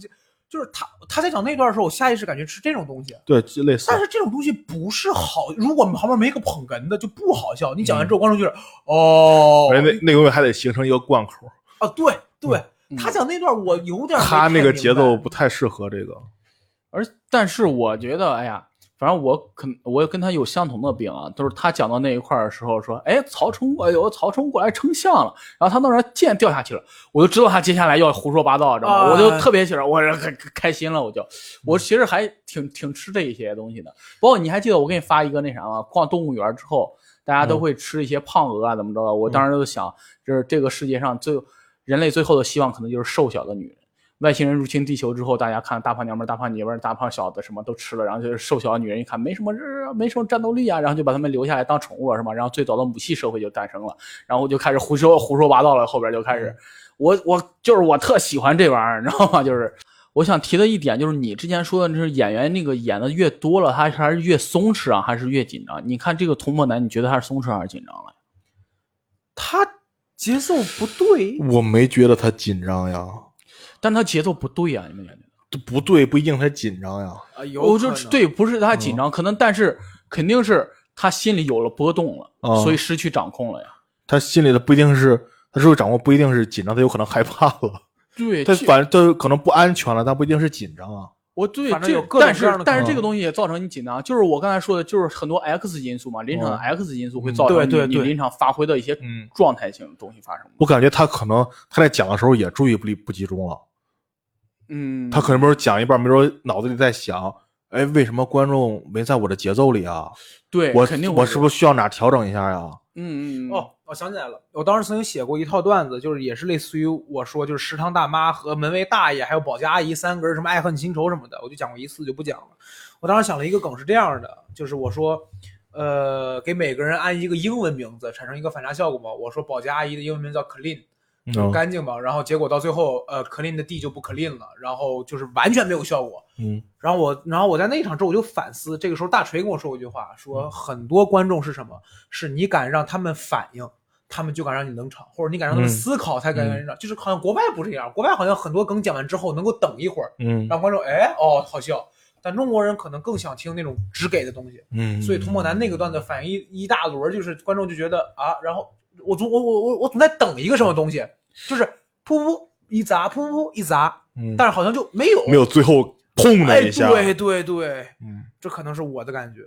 S2: 就是他他在讲那段的时候，我下意识感觉是这种东西，
S1: 对，就类似
S2: 但是这种东西不是好，如果旁边没个捧哏的就不好笑。你讲完之后，观众就是哦
S1: 哎而且那那个东西还得形成一个贯口，
S2: 啊，对对
S3: 嗯，
S2: 他讲那段我有点没
S1: 他那
S2: 太
S1: 个
S2: 明
S1: 节
S2: 白
S1: 奏不太适合这个。
S3: 而但是我觉得，哎呀，反正我肯我跟他有相同的病啊，都是他讲到那一块儿的时候说，哎，曹冲，哎呦，曹冲过来丞相了，然后他那边剑掉下去了，我就知道他接下来要胡说八道，知道吗？
S2: 啊
S3: 我就特别喜欢，我开开心了，我就我其实还挺挺吃这一些东西的。包括你还记得我给你发一个那啥吗？逛动物园之后，大家都会吃一些胖鹅啊，怎么着的？我当时就想，这是这个世界上最人类最后的希望，可能就是瘦小的女人。外星人入侵地球之后，大家看大胖娘们儿、大胖爷们儿、大胖小子什么都吃了，然后就是瘦小的女人一看没什么，这没什么战斗力啊，然后就把他们留下来当宠物了，是吗？然后最早的母系社会就诞生了，然后就开始胡说胡说八道了，后边就开始，我我就是我特喜欢这玩意儿，你知道吗？就是我想提的一点就是你之前说的，就是演员那个演的越多了，他还是越松弛啊，还是越紧张？你看这个童漠男，你觉得他是松弛还是紧张了？
S2: 他节奏不对，
S3: 嗯
S1: 我没觉得他紧张呀，
S3: 但他节奏不对啊，你们感觉？
S1: 这不对，不一定他紧张呀。
S2: 啊，
S3: 嗯我就是，对，不是他紧张，可能但是肯定是他心里有了波动了，
S1: 哦
S3: 所以失去掌控了呀。
S1: 他心里的不一定是他是不是掌握，不一定是紧张，他有可能害怕了，
S3: 对，
S1: 他
S3: 这
S1: 反正他可能不安全了，但不一定是紧张啊。
S3: 我对
S2: 反正
S3: 这
S2: 有
S3: 个
S2: 各种
S3: 但
S2: 各样
S3: 是
S2: 的
S3: 但是
S1: 可能
S3: 这个东西也造成你紧张，就是我刚才说的，就是很多 X 因素嘛，临场的 X 因素会造成
S2: 对
S3: 你
S2: 对
S3: 你
S2: 对
S3: 临场发挥的一些
S1: 嗯
S3: 状态性的东西发生。
S1: 我感觉他可能他在讲的时候也注意不力不集中了，
S3: 嗯，
S1: 他可能没有讲一半，没准脑子里在想，哎，为什么观众没在我的节奏里啊？
S3: 对，
S1: 我
S3: 肯定
S1: 我是不
S3: 是？
S1: 是需要哪调整一下呀？
S3: 嗯嗯嗯
S2: 哦，我想起来了，我当时曾经写过一套段子，就是也是类似于我说，就是食堂大妈和门卫大爷还有保洁阿姨三个人什么爱恨情仇什么的，我就讲过一次就不讲了。我当时想了一个梗是这样的，就是我说，呃，给每个人安一个英文名字，产生一个反差效果嘛。我说保洁阿姨的英文名叫 clean，就
S1: 嗯
S2: 干净嘛。然后结果到最后，呃，clean 的地就不 clean 了，然后就是完全没有效果。
S1: 嗯
S2: 然后我，然后我在那一场之后，我就反思，这个时候大锤跟我说过一句话，
S1: 嗯
S2: 说很多观众是什么？是你敢让他们反应，他们就敢让你冷场，或者你敢让他们
S1: 嗯
S2: 思考才敢让你冷场。就是好像国外不这样，国外好像很多梗讲完之后能够等一会儿，
S1: 嗯
S2: 让观众哎哦好笑，但中国人可能更想听那种直给的东西。
S1: 嗯，
S2: 所以童漠男那个段子反应一一大轮儿，就是观众就觉得啊，然后我总我我我我总在等一个什么东西，就是噗噗一砸，噗噗一砸，
S1: 嗯
S2: 但是好像就没有
S1: 没有最后砰的一下，
S2: 哎、对对对，
S1: 嗯，
S2: 这可能是我的感觉。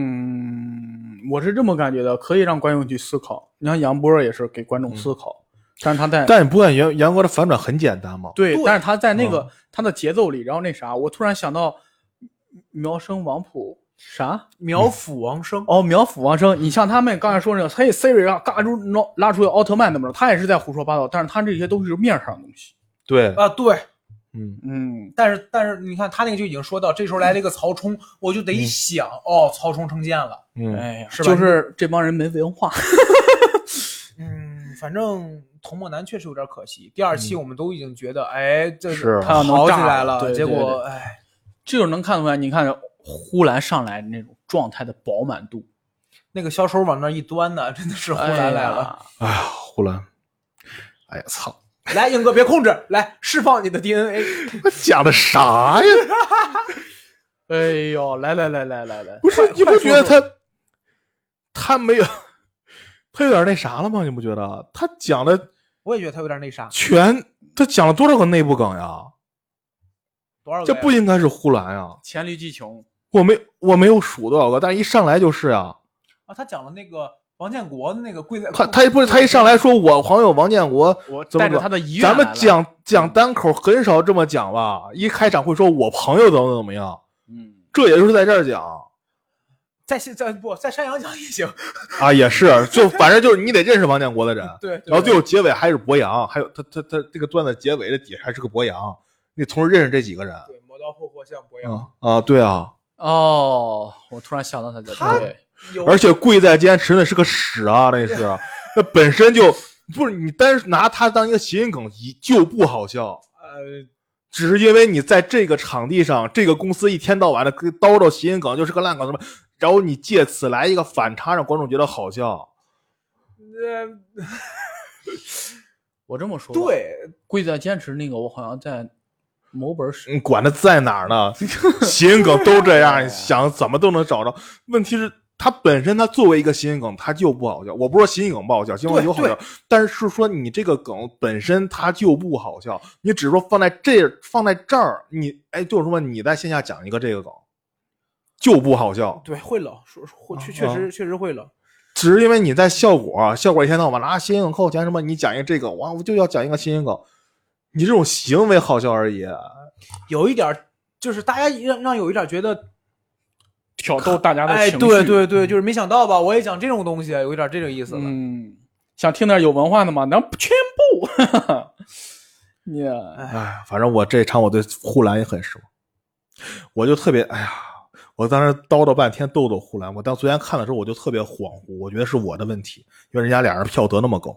S3: 嗯，我是这么感觉的，可以让观众去思考。你像杨波也是给观众思考，但是他在
S1: 但你不管杨杨哥的反转很简单吗？
S3: 对，
S2: 对
S3: 但是他在那
S1: 嗯
S3: 个、他的节奏里，然后那啥，我突然想到苗生王普啥
S1: 嗯
S2: 苗阜王声，
S3: 哦，苗阜王生，你像他们刚才说那个，嘿 Siri 让嘎出拉拉出个奥特曼那么着，他也是在胡说八道，但是他这些都是面上的东西。
S1: 对，
S2: 啊，对，
S1: 嗯，
S3: 嗯，
S2: 但是但是你看他那个就已经说到，这时候来了一个曹冲，我就得想，哦，曹冲称剑了。
S1: 嗯
S3: 哎呀，
S2: 是吧
S3: 就是这帮人没文化。
S2: 嗯，反正童漠男确实有点可惜。第二期我们都已经觉得，哎，这
S1: 嗯是啊
S2: 他好起来
S3: 他要能
S2: 了，
S3: 炸了
S2: 结
S3: 对
S2: 果
S3: 对
S2: 哎，
S3: 这就能看出来，你看呼兰上来那种状态的饱满度，
S2: 那个小手往那一端呢，真的是呼
S3: 哎呀
S2: 兰来了。。
S1: 哎呀，呼兰，哎呀操，
S2: 来，英哥别控制，来释放你的 DNA。
S1: 他讲的啥呀？
S3: 哎呦，来来来来来来，
S1: 不是
S2: 快
S1: 你不
S2: 快
S1: 觉得
S2: 说
S1: 他他没有他有点那啥了吗？你不觉得他讲的
S2: 我也觉得他有点那啥，
S1: 全他讲了多少个内部梗呀？
S2: 多少个
S1: 这
S2: 呀？
S1: 不应该是呼兰呀！
S3: 黔驴技穷，
S1: 我没我没有数多少个，但是一上来就是啊，
S2: 啊，他讲了那个王建国那个跪在
S1: 他他不是他一上来说我朋友王建国
S3: 我
S1: 怎么
S3: 带着
S1: 着
S3: 他的遗愿
S1: 咱们
S3: 来了，嗯
S1: 讲讲单口很少这么讲吧，一开场会说我朋友怎么怎么样，
S3: 嗯，
S1: 这也就是在这儿讲
S2: 在现在不在山羊讲也行，
S1: 啊，也是 就反正就是你得认识王建国的人，
S2: 对，对
S1: 然后最后结尾还是博洋，还有他他他这个段子结尾的底下还是个博洋，你同时认识这几个人
S2: 对磨刀霍霍向
S3: 嗯
S2: 博洋，
S1: 啊啊对啊，
S3: 哦，我突然想到他在
S2: 他
S3: 对，
S2: 有
S1: 而且贵在坚持那是个屎啊， 那是那本身就不是你单拿它当一个谐音梗一就不好笑。
S2: 呃，
S1: 只是因为你在这个场地上，这个公司一天到晚的叨叨谐音梗，就是个烂梗什么，然后你借此来一个反差，让观众觉得好笑。
S2: 呃
S3: 我这么说，，
S2: 对，
S3: 贵在坚持那个，我好像在某本史，
S1: 你管他在哪儿 呢，谐音梗都这样，你想怎么都能找着。问题是，它本身它作为一个谐音梗，它就不好笑。我不是说谐音梗不好笑，谐音梗有好
S2: 对
S1: 笑，但是说你这个梗本身它就不好笑。你只是说放在这放在这儿，你哎，就是说你在线下讲一个这个梗，就不好笑。
S2: 对会冷，说会确
S3: 嗯
S1: 啊
S2: 确实确实会冷，
S1: 只是因为你在效果，效果一天到晚拿谐音梗扣钱什么，你讲一个这个，哇，我就要讲一个谐音梗，你这种行为好笑而已。啊
S2: 有一点儿就是大家让让有一点儿觉得，
S3: 挑逗大家的
S2: 哎，
S3: 情绪，
S2: 对对对，就是没想到吧，我也讲这种东西，有一点儿这个意思了。
S3: 嗯，想听点有文化的吗？能全部，你、yeah,
S1: 哎，反正我这场我对护栏也很失望，我就特别，哎呀，我当时叨叨半天逗逗护栏，我当昨天看的时候我就特别恍惚，我觉得是我的问题，因为人家俩人票得那么高，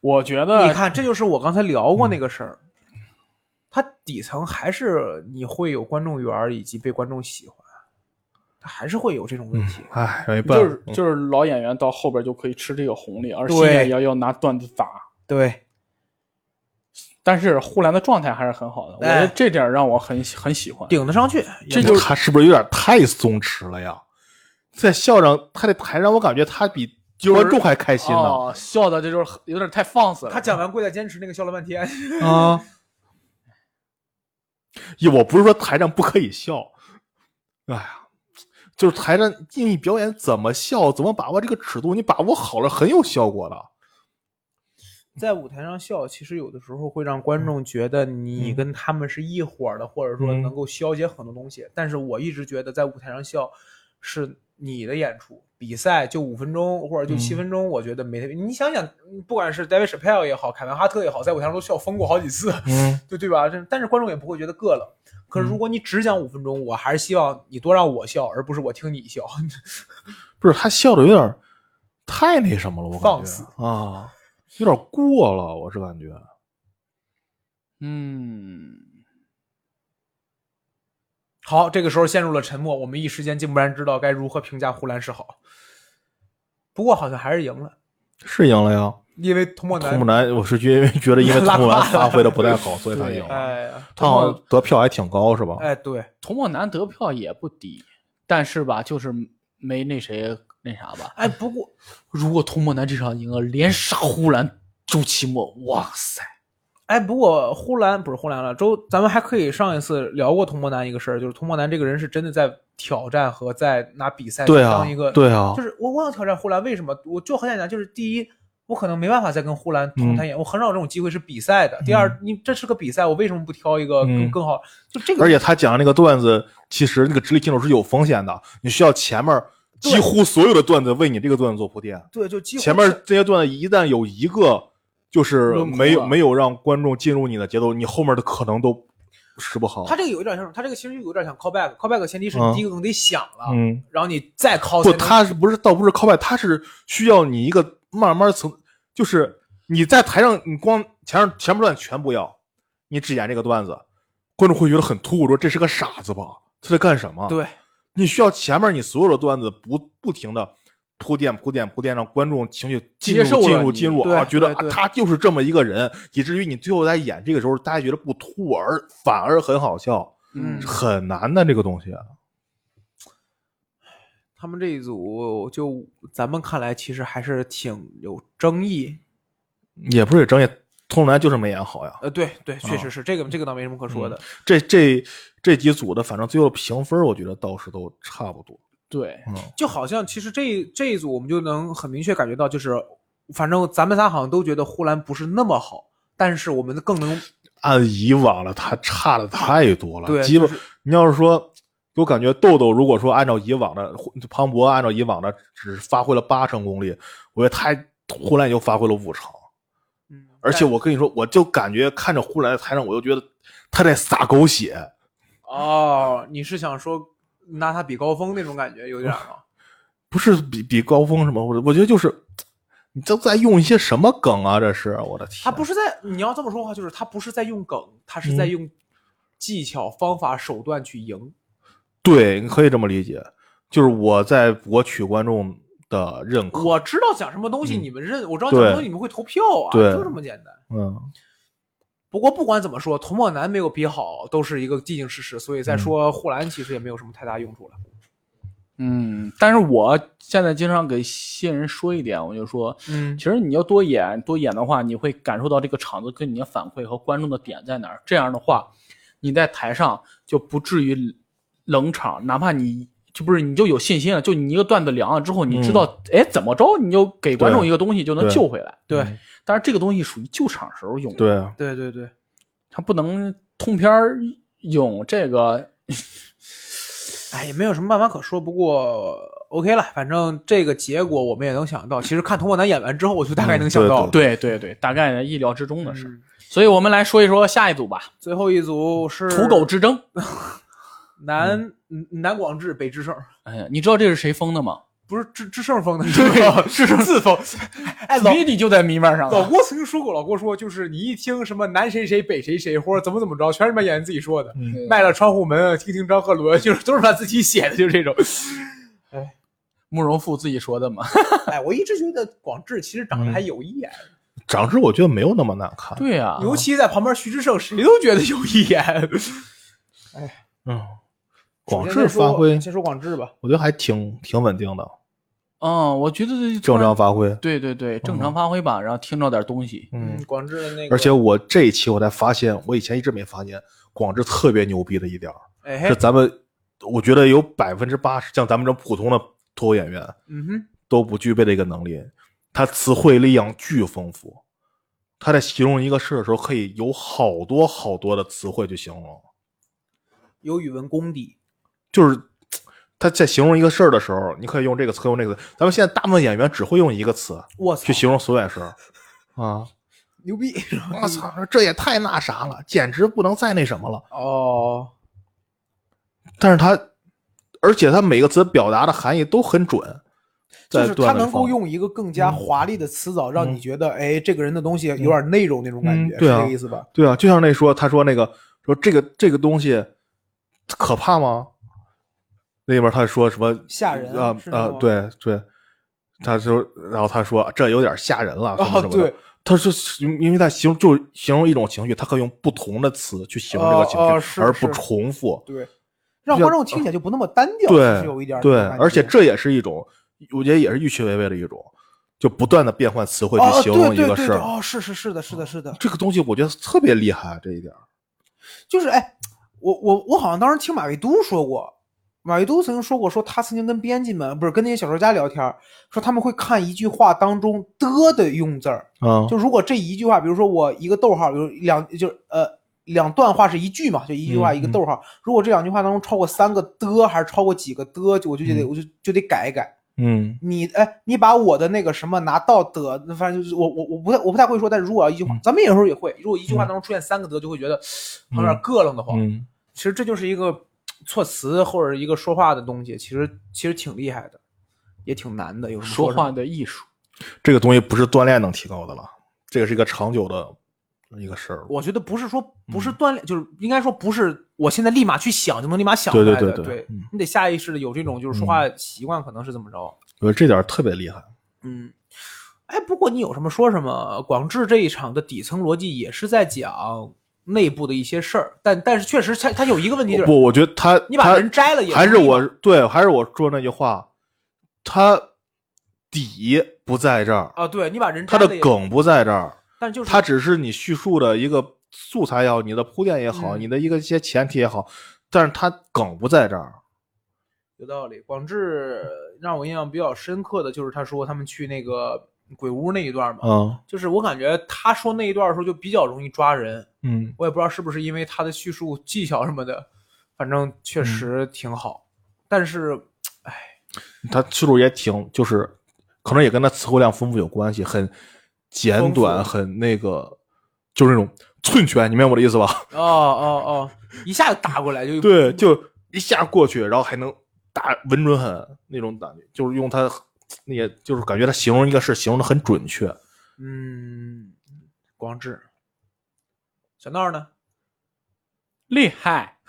S3: 我觉得
S2: 你看，这就是我刚才聊
S3: 嗯
S2: 过那个事儿，它底层还是你会有观众缘儿以及被观众喜欢，它还是会有这种
S3: 嗯
S2: 问题。
S1: 哎，没办
S3: 就
S1: 法
S3: 是，就是老演员到后边就可以吃这个红利，而
S2: 对
S3: 新演员要拿段子砸。
S2: 对，
S3: 但是呼兰的状态还是很好的，我觉
S2: 哎
S3: 得这点让我很很喜欢。
S2: 顶得上去，
S3: 这
S2: 也
S3: 就是
S1: 他是不是有点太松弛了呀？在校长他的台上，我感觉他比观众还开心呢。
S3: 哦，笑的这就是很有点太放肆了。
S2: 他讲完跪在坚持那个笑了半天，
S3: 啊，
S1: 也我不是说台上不可以笑，哎呀，就是台上因为你表演怎么笑，怎么把握这个尺度，你把握好了很有效果的。
S2: 在舞台上笑，其实有的时候会让观众觉得你
S1: 嗯
S2: 跟他们是一伙儿的，或者说
S1: 嗯
S2: 能够消解很多东西。但是我一直觉得在舞台上笑是你的演出，比赛就五分钟或者就七
S1: 嗯
S2: 分钟，我觉得没太。你想想，不管是 David Chappelle 也好，凯文哈特也好，在舞台上都笑疯过好几次，
S1: 嗯，
S2: 对对吧？这但是观众也不会觉得膈冷。可是如果你只讲五分钟，我还是希望你多让我笑，而不是我听你笑。
S1: 不是他笑的有点太那什么了，我感觉
S2: 放肆
S1: 啊，有点过了，我是感觉。
S3: 嗯，
S2: 好，这个时候陷入了沉默，我们一时间竟不然知道该如何评价呼兰是好。不过好像还是赢了，
S1: 是赢了呀，
S2: 因为童墨
S1: 涂
S2: 男，
S1: 木南，我是觉得觉得因为涂
S2: 拉胯
S1: 木南发挥的不太好，所以他赢了。
S2: 哎呀，
S1: 他好像得票还挺高是吧？
S2: 哎对，
S3: 童墨男得票也不低，但是吧，就是没那谁那啥吧。
S2: 哎不过
S3: 如果童墨男这场赢了，连杀呼兰、周奇墨，哇塞！
S2: 哎不过呼兰不是呼兰了，周咱们还可以上一次聊过童墨男一个事儿，就是童墨男这个人是真的在挑战和在拿比赛
S1: 对啊
S2: 当一个，，
S1: 对啊
S2: 就，是我我想挑战呼兰，为什么？我就很简单，就是第一。我可能没办法再跟呼兰
S1: 嗯
S2: 同台演，我很少有这种机会是比赛的。第二，你这是个比赛，我为什么不挑一个更、
S1: 嗯
S2: 更好？就这个
S1: 而且他讲那个段子，其实那个直立竞走是有风险的，你需要前面几乎所有的段子为你这个段子做铺垫。
S2: 对，就几乎
S1: 前
S2: 是
S1: 面这些段子一旦有一个就是
S3: 轮廓
S1: 没有没有让观众进入你的节奏，你后面的可能都使不好
S2: 他。这个有一点像什么？他这个其实有点像 callback。callback 前提是
S1: 嗯
S2: 你第一个可能得想了，
S1: 嗯，
S2: 然后你再 call
S1: 不，
S2: 才能
S1: 他是不是倒不是 callback，他是需要你一个慢慢从，就是你在台上你光前面前面段全不要，你只演这个段子，观众会觉得很突兀，说这是个傻子吧？他在干什么？
S2: 对
S1: 你需要前面你所有的段子不不停的铺垫铺垫铺垫，让观众情绪进入
S3: 接受了
S1: 进入
S3: 你
S1: 进入
S2: 对
S1: 啊，觉得
S2: 对
S1: 啊
S2: 对
S1: 他就是这么一个人，以至于你最后在演这个时候，大家觉得不突兀，而反而很好笑，
S2: 嗯
S1: 很难的这个东西。啊
S2: 他们这一组就咱们看来其实还是挺有争议。
S1: 也不是整也，通南就是没演好呀。
S2: 呃，对对，确
S1: 嗯
S2: 实是、这个这个倒没什么可说的。
S1: 这这这几组的，反正最后评分我觉得倒是都差不多。
S3: 对，
S1: 嗯，
S2: 就好像其实这这一组我们就能很明确感觉到，就是反正咱们仨好像都觉得呼兰不是那么好，但是我们更能
S1: 按以往了，他差的太多了。
S2: 对
S1: 基本、
S2: 就是
S1: 你要是说，我感觉豆豆如果说按照以往的庞博，按照以往的只发挥了八成功力，我觉得他呼兰也就发挥了五成。
S2: 嗯，
S1: 而且我跟你说，我就感觉看着呼兰在台上，我就觉得他在撒狗血。
S2: 哦，你是想说拿他比高峰那种感觉有点儿啊？
S1: 不是比比高峰什么，我我觉得就是你都在用一些什么梗啊？这是我的天，
S2: 他不是在你要这么说的话，就是他不是在用梗，他是在
S1: 嗯
S2: 用技巧、方法、手段去赢。
S1: 对，你可以这么理解，就是我在博取观众的认可。
S2: 我知道讲什么东西
S1: 嗯
S2: 你们认，我知道讲什
S1: 对
S2: 么东西你们会投票啊，
S1: 对
S2: 就这么简单。
S1: 嗯，
S2: 不过不管怎么说，童墨南没有比好都是一个既定事实，所以
S1: 嗯
S2: 再说护栏其实也没有什么太大用处了。
S3: 嗯，但是我现在经常给新人说一点，我就说，
S2: 嗯
S3: 其，实你要多演多演的话，你会感受到这个场子跟你的反馈和观众的点在哪儿。这样的话，你在台上就不至于冷场，哪怕你就不是你就有信心了，就你一个段子凉了之后，你知道哎、怎么着，你就给观众一个东西就能
S1: 嗯对
S3: 救回来。
S2: 对
S1: 嗯
S3: 但是这个东西属于救场时候用，，
S1: 对啊，
S2: 对对对，
S3: 它不能通篇儿用这个。
S2: 哎，也没有什么办法可说。不过 OK 了，反正这个结果我们也能想到。其实看童墨南演完之后，我就大概
S1: 嗯
S2: 能想
S1: 对
S2: 到
S1: 对
S2: 了。
S3: 对对对，大概意料之中的事。
S2: 嗯
S3: 所以我们来说一说下一组吧，
S2: 最后一组是
S3: 土狗之争。
S2: 南嗯南广智北智胜。
S3: 哎呀，你知道这是谁封的吗？
S2: 不是智智胜封的是吧？
S3: 是自封。
S2: 哎，老
S3: 谜底就在谜面上
S2: 老
S3: 了。
S2: 郭曾经说过，老郭说就是你一听什么南谁谁北谁谁或者怎么怎么着，全是他妈演员自己说的，
S1: 嗯
S2: 卖了窗户门，听听张鹤伦，就是都是他自己写的，就是这种。
S3: 慕容复自己说的嘛。
S2: 哎，我一直觉得广智其实
S1: 嗯
S2: 长得还有啊一眼，
S1: 长智我觉得没有那么难看。，
S3: 对啊呀、
S2: 尤其在旁边徐志胜，谁都觉得有一眼。
S1: 嗯， 广
S2: 首
S1: 智
S2: 先先说
S1: 发挥
S2: 先说广智吧，
S1: 我觉得还挺挺稳定的，
S3: 嗯，我觉得
S1: 正常，嗯发挥。
S3: 对对对，正常发挥吧，然后听着点东西。
S1: 嗯，，
S2: 广智的那个，
S1: 而且我这一期我才发现，我以前一直没发现广智特别牛逼的一点儿
S2: 哎
S1: 是
S2: 嘿，
S1: 咱们，我觉得有百分之八十像咱们这种普通的脱口演员
S2: 嗯哼，
S1: 都不具备这个能力，他词汇量巨丰富。他在形容一个事的时候，可以有好多好多的词汇去形容。
S2: 有语文功底，
S1: 就是嘖他在形容一个事儿的时候，你可以用这个词，用那个词。咱们现在大部分演员只会用一个词
S2: 我操
S1: 去，形容所有事儿啊！
S2: 牛逼！
S1: 我操，这也太那啥了，简直不能再那什么了。
S2: 哦，
S1: 但是他，而且他每个词表达的含义都很准，
S2: 就
S1: 在
S2: 是他
S1: 段位
S2: 能
S1: 方嗯
S2: 够
S1: 面
S2: 用一个更加华丽的词藻，让你觉得，哎，这个人的东西有点内容那种感觉，
S1: 嗯
S2: 是
S1: 对啊
S2: 这个意思吧？
S1: 对啊，就像那说，他说那个说这个这个东西可怕吗？那边他说什么
S2: 吓人
S1: 啊
S2: 是
S1: 啊
S2: 吗？
S1: 对对，他说，然后他说这有点吓人了，什么
S2: 啊，
S1: 什么的。
S2: 对，
S1: 他是因因为他形就形容一种情绪，他可以用不同的词去形容这个情绪，
S2: 哦哦是
S1: 而不
S2: 是
S1: 重复。
S2: 对，让
S1: 就像
S2: 观众听起来就不那么单调，
S1: 对
S2: 是有一点儿
S1: 对
S2: 那种感，觉
S1: 而且这也是一种，我觉得也是欲去唯唯的一种，就不断的变换词汇
S2: 哦，
S1: 去形容
S2: 对
S1: 一
S2: 对
S1: 个
S2: 对
S1: 事
S2: 对，
S1: 儿。嗯
S2: 哦，是是是的，是的，是的，
S1: 这个东西我觉得特别厉害，这一点儿。
S2: 就是哎，我我我好像当时听马未都说过，马未都曾经说过，说他曾经跟编辑们不是跟那些小说家聊天儿，说他们会看一句话当中的的用字儿，
S1: 嗯，
S2: 就如果这一句话，比如说我一个逗号，有两就是呃两段话是一句嘛，就一句话
S1: 嗯
S2: 一个逗号，如果这两句话当中超过三个的还是超过几个的，就我就觉得、
S1: 嗯
S2: 我就就得改一改。
S1: 嗯
S2: 你哎，你把我的那个什么拿到的，那反正就是我我我不太我不太会说，但是如果要一句
S1: 嗯
S2: 话，咱们有时候也会，如果一句话当中出现三个的，就会觉得好像有点膈楞的慌。
S1: 嗯，
S2: 其实这就是一个措辞或者一个说话的东西，其实其实挺厉害的，也挺难的。有什么
S3: 说
S2: 什么
S3: 话的艺术，
S1: 这个东西不是锻炼能提高的了，这个是一个长久的一个事儿。
S2: 我觉得不是说不
S1: 嗯
S2: 是锻炼，就是应该说不是我现在立马去想就能立马想出
S1: 对对
S2: 来的。
S1: 对对嗯
S2: 你得下意识的有这种就是说话习惯，可能是怎么着？
S1: 我觉得这点儿特别厉害。
S2: 嗯，哎，不过你有什么说什么。广智这一场的底层逻辑也是在讲内部的一些事儿，但但是确实他他有一个问题就是，
S1: 不，我觉得他
S2: 你把
S1: 他
S2: 人摘了也
S1: 还
S2: 不
S1: 是
S2: 立马
S1: 我对，还是我说那句话，他底不在这儿，
S2: 啊，对你把人摘
S1: 他
S2: 了
S1: 的
S2: 也，
S1: 梗不在这儿，
S2: 但就是
S1: 他只是你叙述的一个素材也好，你的铺垫也好，
S2: 嗯
S1: 你的一个一些前提也好，但是他梗不在这儿。
S2: 有道理。广智让我印象比较深刻的就是他说他们去那个鬼屋那一段嘛，
S1: 嗯
S2: 就是我感觉他说那一段的时候就比较容易抓人。
S1: 嗯，
S2: 我也不知道是不是因为他的叙述技巧什么的，反正
S1: 嗯
S2: 确实挺好。但是，哎，
S1: 他叙述也挺，就是可能也跟他词汇量丰富有关系，很简短，
S2: 丰富
S1: 很那个，就是那种寸拳，你明白我的意思吧？
S2: 哦哦哦，一下就打过来就
S1: 对，就一下过去，然后还能打稳准狠那种感觉，就是用他那些，就是感觉他形容一个事形容的很准确。
S2: 嗯，光智，小闹呢？
S3: 厉害。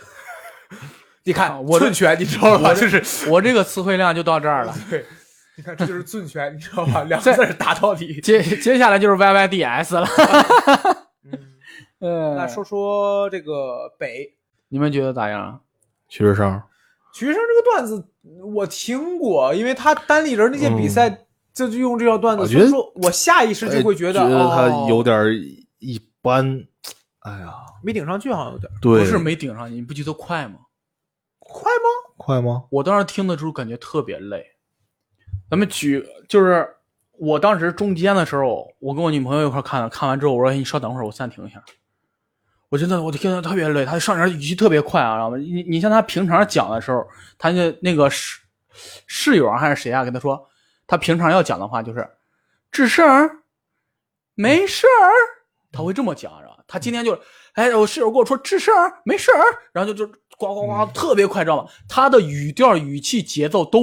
S2: 你
S3: 啊
S2: 看
S3: 我这
S2: 寸拳，你知道吧？
S3: 我
S2: 就
S3: 这
S2: 是
S3: 我这个词汇量就到这儿 了。
S2: 对，你看这就是寸拳，你知道 吧？两个字儿打到底。
S3: 接接下来就是 YYDS 了。
S2: 嗯，
S3: 嗯
S2: 那说说这个北
S3: 你们觉得咋样？
S1: 徐志胜，
S2: 徐生这个段子，我听过，因为他单立人那届比赛。这就用这条段
S1: 嗯
S2: 子，
S1: 我
S2: 所
S1: 觉
S2: 以
S1: 得呃
S2: 说我下意识就会觉得，
S1: 哎觉得他
S2: 哦
S1: 有点儿一般。哎呀，
S2: 没顶上去，好像有点
S1: 对，
S3: 不是没顶上，你不节奏快吗？
S2: 快吗？
S1: 快吗？
S3: 我当时听的时候感觉特别累。咱们举就是我当时中间的时候，我跟我女朋友一块儿看的，看完之后我说：“哎你稍等会儿，我暂停一下。”我真的我听的特别累，他上来语气特别快啊，然后你你像他平常讲的时候，他就那个室室友啊还是谁啊跟他说，他平常要讲的话就是吱声儿，没事儿，他会这么讲，然后他今天就是，哎，我室友跟我说吱声儿，没事儿，然后就就呱呱呱特别快，知道吗？他的语调、语气、节奏都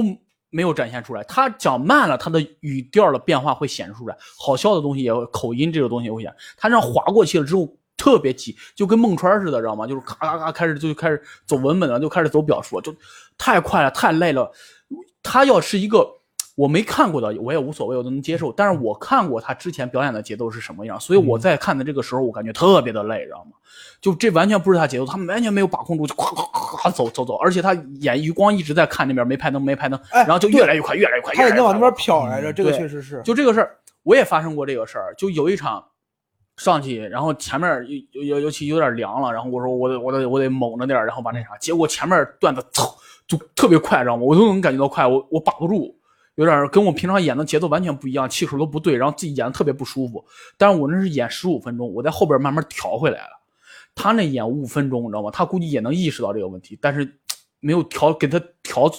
S3: 没有展现出来，他讲慢了，他的语调的变化会显示出来，好笑的东西也会，口音这个东西也会显，他让划过去了之后。特别急，就跟孟川似的，知道吗？就是咔咔咔开始就开始走文本了，就开始走表述了，就太快了，太累了。他要是一个，我没看过的我也无所谓，我都能接受。但是我看过他之前表演的节奏是什么样，所以
S4: 嗯
S3: 我在看的这个时候，我感觉特别的累，知道吗？就这完全不是他节奏，他们完全没有把控住，就咵咵咵走走走，而且他眼余光一直在看那边，没拍灯，没拍灯，
S4: 哎
S3: 然后就越来越快，越来越快，
S4: 他
S3: 越
S4: 也在
S3: 来越
S4: 往
S3: 快
S4: 那边瞟来着，这个
S3: 嗯对
S4: 确实是。
S3: 就这个事儿，我也发生过这个事儿。就有一场上去，然后前面儿尤尤尤其有点凉了，然后我说我得我得我得猛着点儿，然后把那啥，结果前面儿段子操就特别快，知道吗？我都能感觉到快，我我把不住。有点儿跟我平常演的节奏完全不一样，气口都不对，然后自己演的特别不舒服。但是我那是演十五分钟，我在后边慢慢调回来了。他那演五分钟，你知道吗？他估计也能意识到这个问题，但是没有调给他调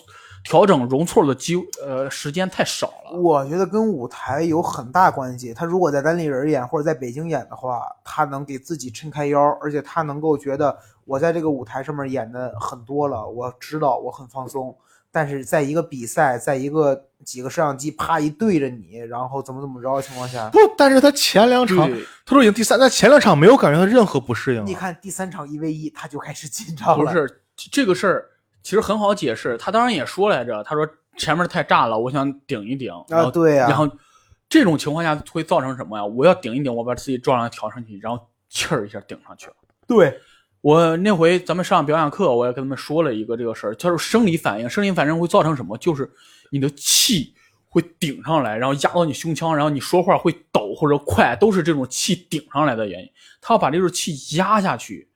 S3: 调整容错的机呃时间太少了。
S4: 我觉得跟舞台有很大关系。他如果在单立人演或者在北京演的话，他能给自己撑开腰，而且他能够觉得我在这个舞台上面演的很多了，我知道我很放松。但是在一个比赛，在一个几个摄像机啪一对着你，然后怎么怎么着的情况下，
S1: 不，但是他前两场
S3: 对，
S1: 他都已经第三，但前两场没有感觉到任何不适应啊。
S4: 你看第三场一 v 一，他就开始紧张了。
S3: 不是这这个事儿，其实很好解释。他当然也说来着，他说前面太炸了，我想顶一顶。然后、
S4: 啊，对呀、
S3: 然后这种情况下会造成什么呀？我要顶一顶，我把自己重量调上去，然后气儿一下顶上去了。
S4: 对，
S3: 我那回咱们上表演课，我也跟他们说了一个这个事儿，就是生理反应。生理反应会造成什么？就是你的气会顶上来，然后压到你胸腔，然后你说话会抖或者快，都是这种气顶上来的原因。他要把这种气压下去，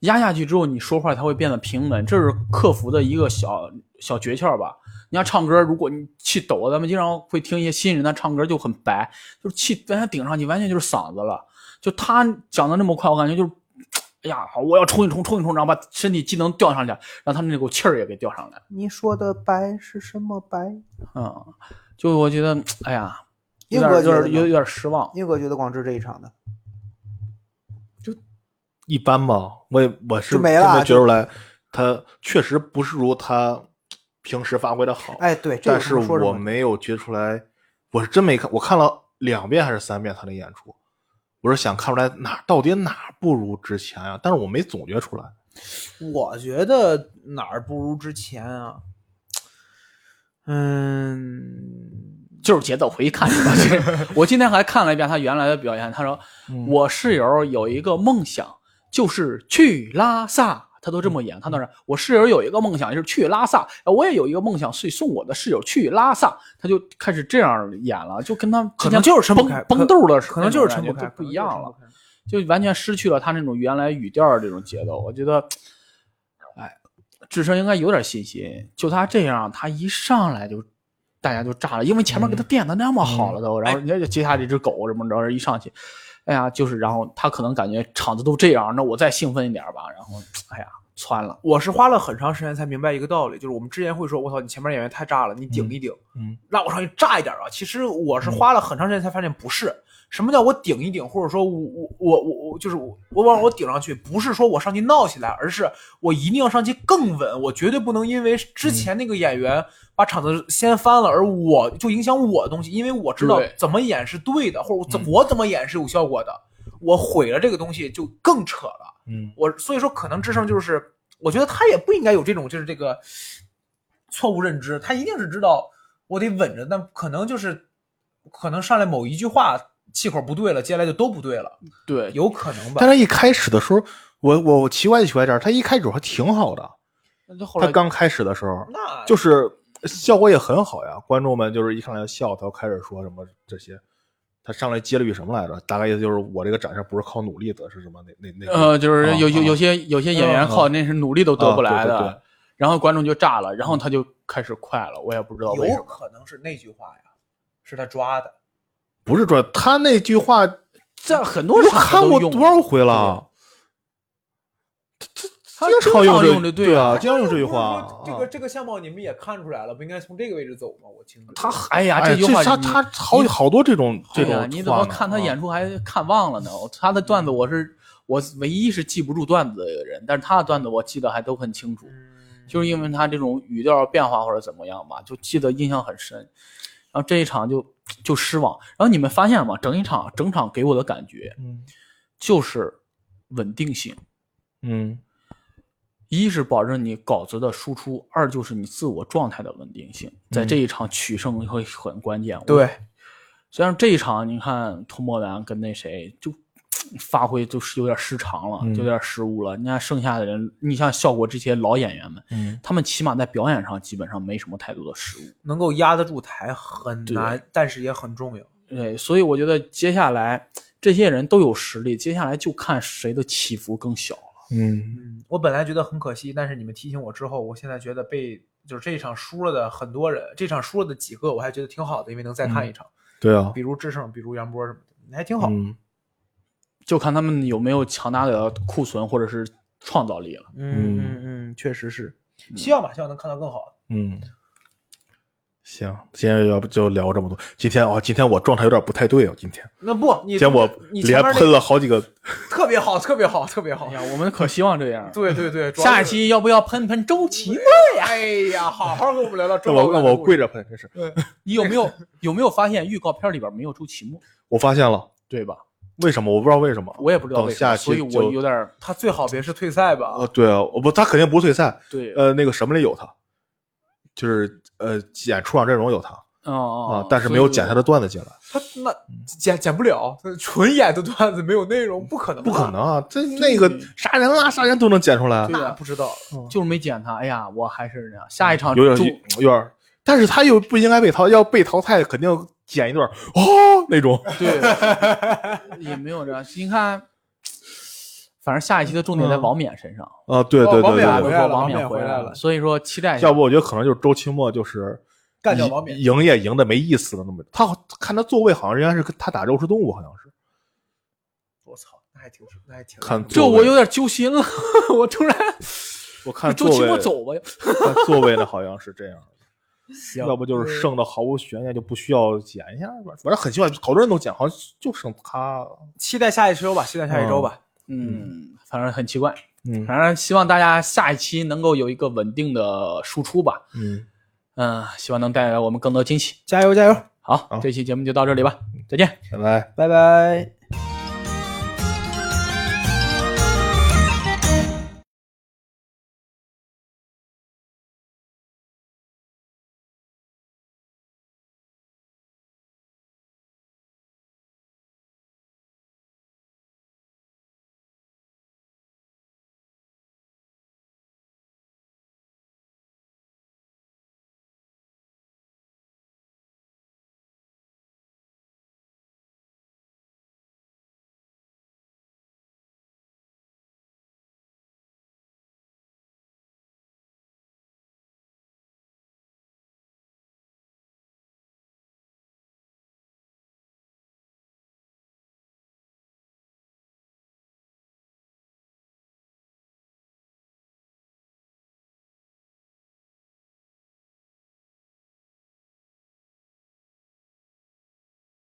S3: 压下去之后，你说话才会变得平稳，这是克服的一个小小诀窍吧。你像唱歌，如果你气抖，咱们经常会听一些新人他唱歌就很白，就是气完全顶上去，完全就是嗓子了。就他讲的那么快，我感觉就是，哎呀，好，我要冲一冲，冲一冲，然后把身体机能吊上去，让他那股气儿也给吊上来。
S4: 你说的白是什么白？
S3: 嗯，就我觉得，哎呀，有
S4: 英哥
S3: 点
S4: 觉
S3: 有
S4: 得
S3: 点有
S4: 呢？
S3: 点失望。
S4: 英哥觉得广智这一场呢？
S1: 一般吧，我也我是
S4: 就没
S1: 真
S4: 了啊
S1: 的觉
S4: 就
S1: 出来，他确实不是如他平时发挥的好。
S4: 哎，对，这
S1: 但
S4: 个
S1: 是
S4: 不能说什
S1: 我
S4: 么
S1: 没有觉出来，我是真没看，我看了两遍还是三遍他的演出，我是想看出来哪到底哪不如之前呀、但是我没总结出来。
S4: 我觉得哪儿不如之前啊？嗯，
S3: 就是节奏回看去 吧。就是我今天还看了一遍他原来的表演，他说、
S4: 嗯
S3: 我室友有一个梦想，就是去拉萨。他都这么演，
S4: 嗯
S3: 他当然，我室友有一个梦想就是去拉萨，呃我也有一个梦想是送我的室友去拉萨，他就开始这样演了，就跟他之
S4: 可
S3: 前
S4: 能就是撑不
S3: 崩
S4: 开，
S3: 崩豆的，
S4: 可能就是撑不开，
S3: 不一样了，
S4: 可能就是撑不开。
S3: 就完全失去了他那种原来语调儿这种节奏。我觉得，哎，智深应该有点信心。就他这样，他一上来就大家就炸了，因为前面给他垫的那么好了都，然后人家就接下这只狗怎么着，一上去，哎呀，就是然后他可能感觉场子都这样，那我再兴奋一点儿吧，然后哎呀，窜了。
S2: 我是花了很长时间才明白一个道理，就是我们之前会说，我操，你前面演员太炸了，你顶一顶，
S1: 嗯嗯，
S2: 让我上去炸一点啊。其实我是花了很长时间才发现不是，什么叫我顶一顶，或者说我我我我我就是我我往我顶上去，不是说我上去闹起来，而是我一定要上去更稳，我绝对不能因为
S1: 嗯
S2: 之前那个演员把场子掀翻了，而我就影响我的东西，因为我知道
S3: 对
S2: 怎么演是对的，或者我
S1: 嗯
S2: 怎我怎么演是有效果的，我毁了这个东西就更扯了。
S1: 嗯，
S2: 我所以说可能智胜就是，我觉得他也不应该有这种就是这个错误认知，他一定是知道我得稳着，但可能就是可能上来某一句话气口不对了，接下来就都不对了，
S3: 对，
S2: 有可能吧
S1: 但。他一开始的时候，我我我奇怪就奇怪这儿，他一开始还挺好的，
S3: 那后
S1: 他
S3: 来
S1: 刚开始的时候
S2: 那
S1: 就是效果也很好呀，观众们就是一上来就笑，他就开始说什么这些。他上来接了句什么来着？大概意思就是我这个展现不是靠努力得是什么？那那那个
S3: 呃，就是
S1: 啊
S3: 有有
S1: 啊
S3: 有些有些演员靠那是努力都得不来
S1: 啊对对对
S3: 的，然后观众就炸了，然后他就开始快了，我也不知道为什
S2: 有
S3: 么。
S2: 可能是那句话呀，是他抓的。
S1: 不是专，他那句话
S3: 在很多
S1: 我
S3: 场合
S1: 看
S3: 都
S1: 过
S3: 用
S1: 多少回了？
S3: 他
S1: 经常
S3: 用
S1: 用
S3: 这
S1: 对啊，
S2: 这
S1: 经常用这句话啊。
S2: 这个这个相貌你们也看出来了，不应该从这个位置走吗？我清楚。
S3: 他哎呀，
S1: 哎
S3: 这句话
S1: 他
S3: 你
S1: 他好好多这种这
S3: 哎
S1: 种
S3: 呀
S1: 话呢。啊
S3: 你怎么看他演出还看忘了呢？他的段子我是我唯一是记不住段子的一个人，但是他的段子我记得还都很清楚，
S1: 嗯
S3: 就是因为他这种语调变化或者怎么样吧，就记得印象很深。然后这一场就就失望。然后你们发现吗？整一场整场给我的感觉
S1: 嗯
S3: 就是稳定性。
S1: 嗯
S3: 一是保证你稿子的输出，二就是你自我状态的稳定性，在
S1: 嗯
S3: 这一场取胜会很关键。我
S2: 对，
S3: 虽然这一场你看涂墨兰跟那谁就发挥就是有点失常了，
S1: 嗯
S3: 有点失误了。你看剩下的人，你像效果这些老演员们，
S1: 嗯，
S3: 他们起码在表演上基本上没什么太多的失误。
S2: 能够压得住台很难，但是也很重要。
S3: 对，所以我觉得接下来这些人都有实力，接下来就看谁的起伏更小了。
S1: 嗯，
S2: 嗯，我本来觉得很可惜，但是你们提醒我之后，我现在觉得被就是这一场输了的很多人，这场输了的几个，我还觉得挺好的，因为能再看一场，
S1: 对啊，
S2: 比如智胜，比如杨波什么的，还挺好。
S1: 嗯
S3: 就看他们有没有强大的库存或者是创造力了。
S1: 嗯
S2: 嗯嗯，确实是，希望吧，希望能看到更好的。
S1: 嗯。行，今天要不就聊这么多。今天啊，今天我状态有点不太对啊，今天，
S2: 那不，
S1: 今
S2: 你
S1: 天我
S2: 你
S1: 连喷了好几个。
S2: 特别好，特别好，特别好
S3: 哎。呀，我们可希望这样。
S2: 对对对，主要
S3: 下一
S2: 是，
S3: 期要不要喷喷周琦呢？
S2: 哎呀，好好跟我们聊聊
S1: 那
S2: 中
S1: 我
S2: 国
S1: 那
S2: 男
S1: 我
S2: 足故
S1: 跪
S2: 事。
S1: 着喷，真是。
S3: 你有没有有没有发现预告片里边没有周琦墨，
S1: 我发现了，
S3: 对吧？
S1: 为什么？我不知道为什么。
S3: 我也不知道为
S1: 等
S3: 什
S1: 下
S3: 么，
S1: 期
S3: 所以
S1: 就
S3: 我有点儿
S2: 他最好别是退赛吧？
S1: 呃，对啊，我不，他肯定不是退赛。
S3: 对，
S1: 呃，那个什么里有他，就是呃演出场阵容有他
S3: 嗯啊
S2: 哦
S1: 啊，但是没有剪他的段子进来，
S2: 他那剪剪不了，他纯演的段子没有内容，不可能，
S1: 不可。能啊！这那个杀人啦，杀人都能剪出来，
S3: 对
S2: 那
S3: 啊
S2: 不知道，
S3: 就是没剪他。哎呀，我还是那样。下一场
S1: 有点
S3: 周
S1: 有点儿，但是他又不应该被淘，要被淘汰肯定剪一段哦那种。
S3: 对，也没有这样。你看，反正下一期的重点在王冕身上，
S1: 啊，对对嗯对
S2: 王冕
S1: 对
S2: 回
S1: 对，
S2: 来了
S3: 王
S2: 王冕
S3: 回
S2: 回来
S3: 了，
S2: 了
S3: 所以说期待一下
S1: 要。不我觉得可能就是周清墨就是
S2: 干掉王冕
S1: 赢赢也赢的没意思了那么。他好看他座位好像应该是跟他打肉食动物，好像是
S2: 我操，那还挺，那还挺。
S1: 看
S3: 这
S1: 座位
S3: 我有点揪心了， 我突然
S1: 我看
S3: 周
S1: 座
S3: 琦
S1: 位
S3: 墨走吧。
S1: 看座位呢好像是这样的。
S3: 行
S1: 要不就是剩的毫无悬念，就不需要剪一下吧。反正很奇怪，好多人都剪，好像就剩他了。
S2: 期待下一周吧，期待下一周吧。
S3: 嗯，反正很奇怪。
S1: 嗯
S3: 反正希望大家下一期能够有一个稳定的输出吧。
S1: 嗯，
S3: 嗯，希望能带来我们更多惊喜。
S2: 加油加油，
S3: 好，
S1: 好
S3: 这期节目就到这里吧，再见。
S1: 拜拜。
S2: 拜拜。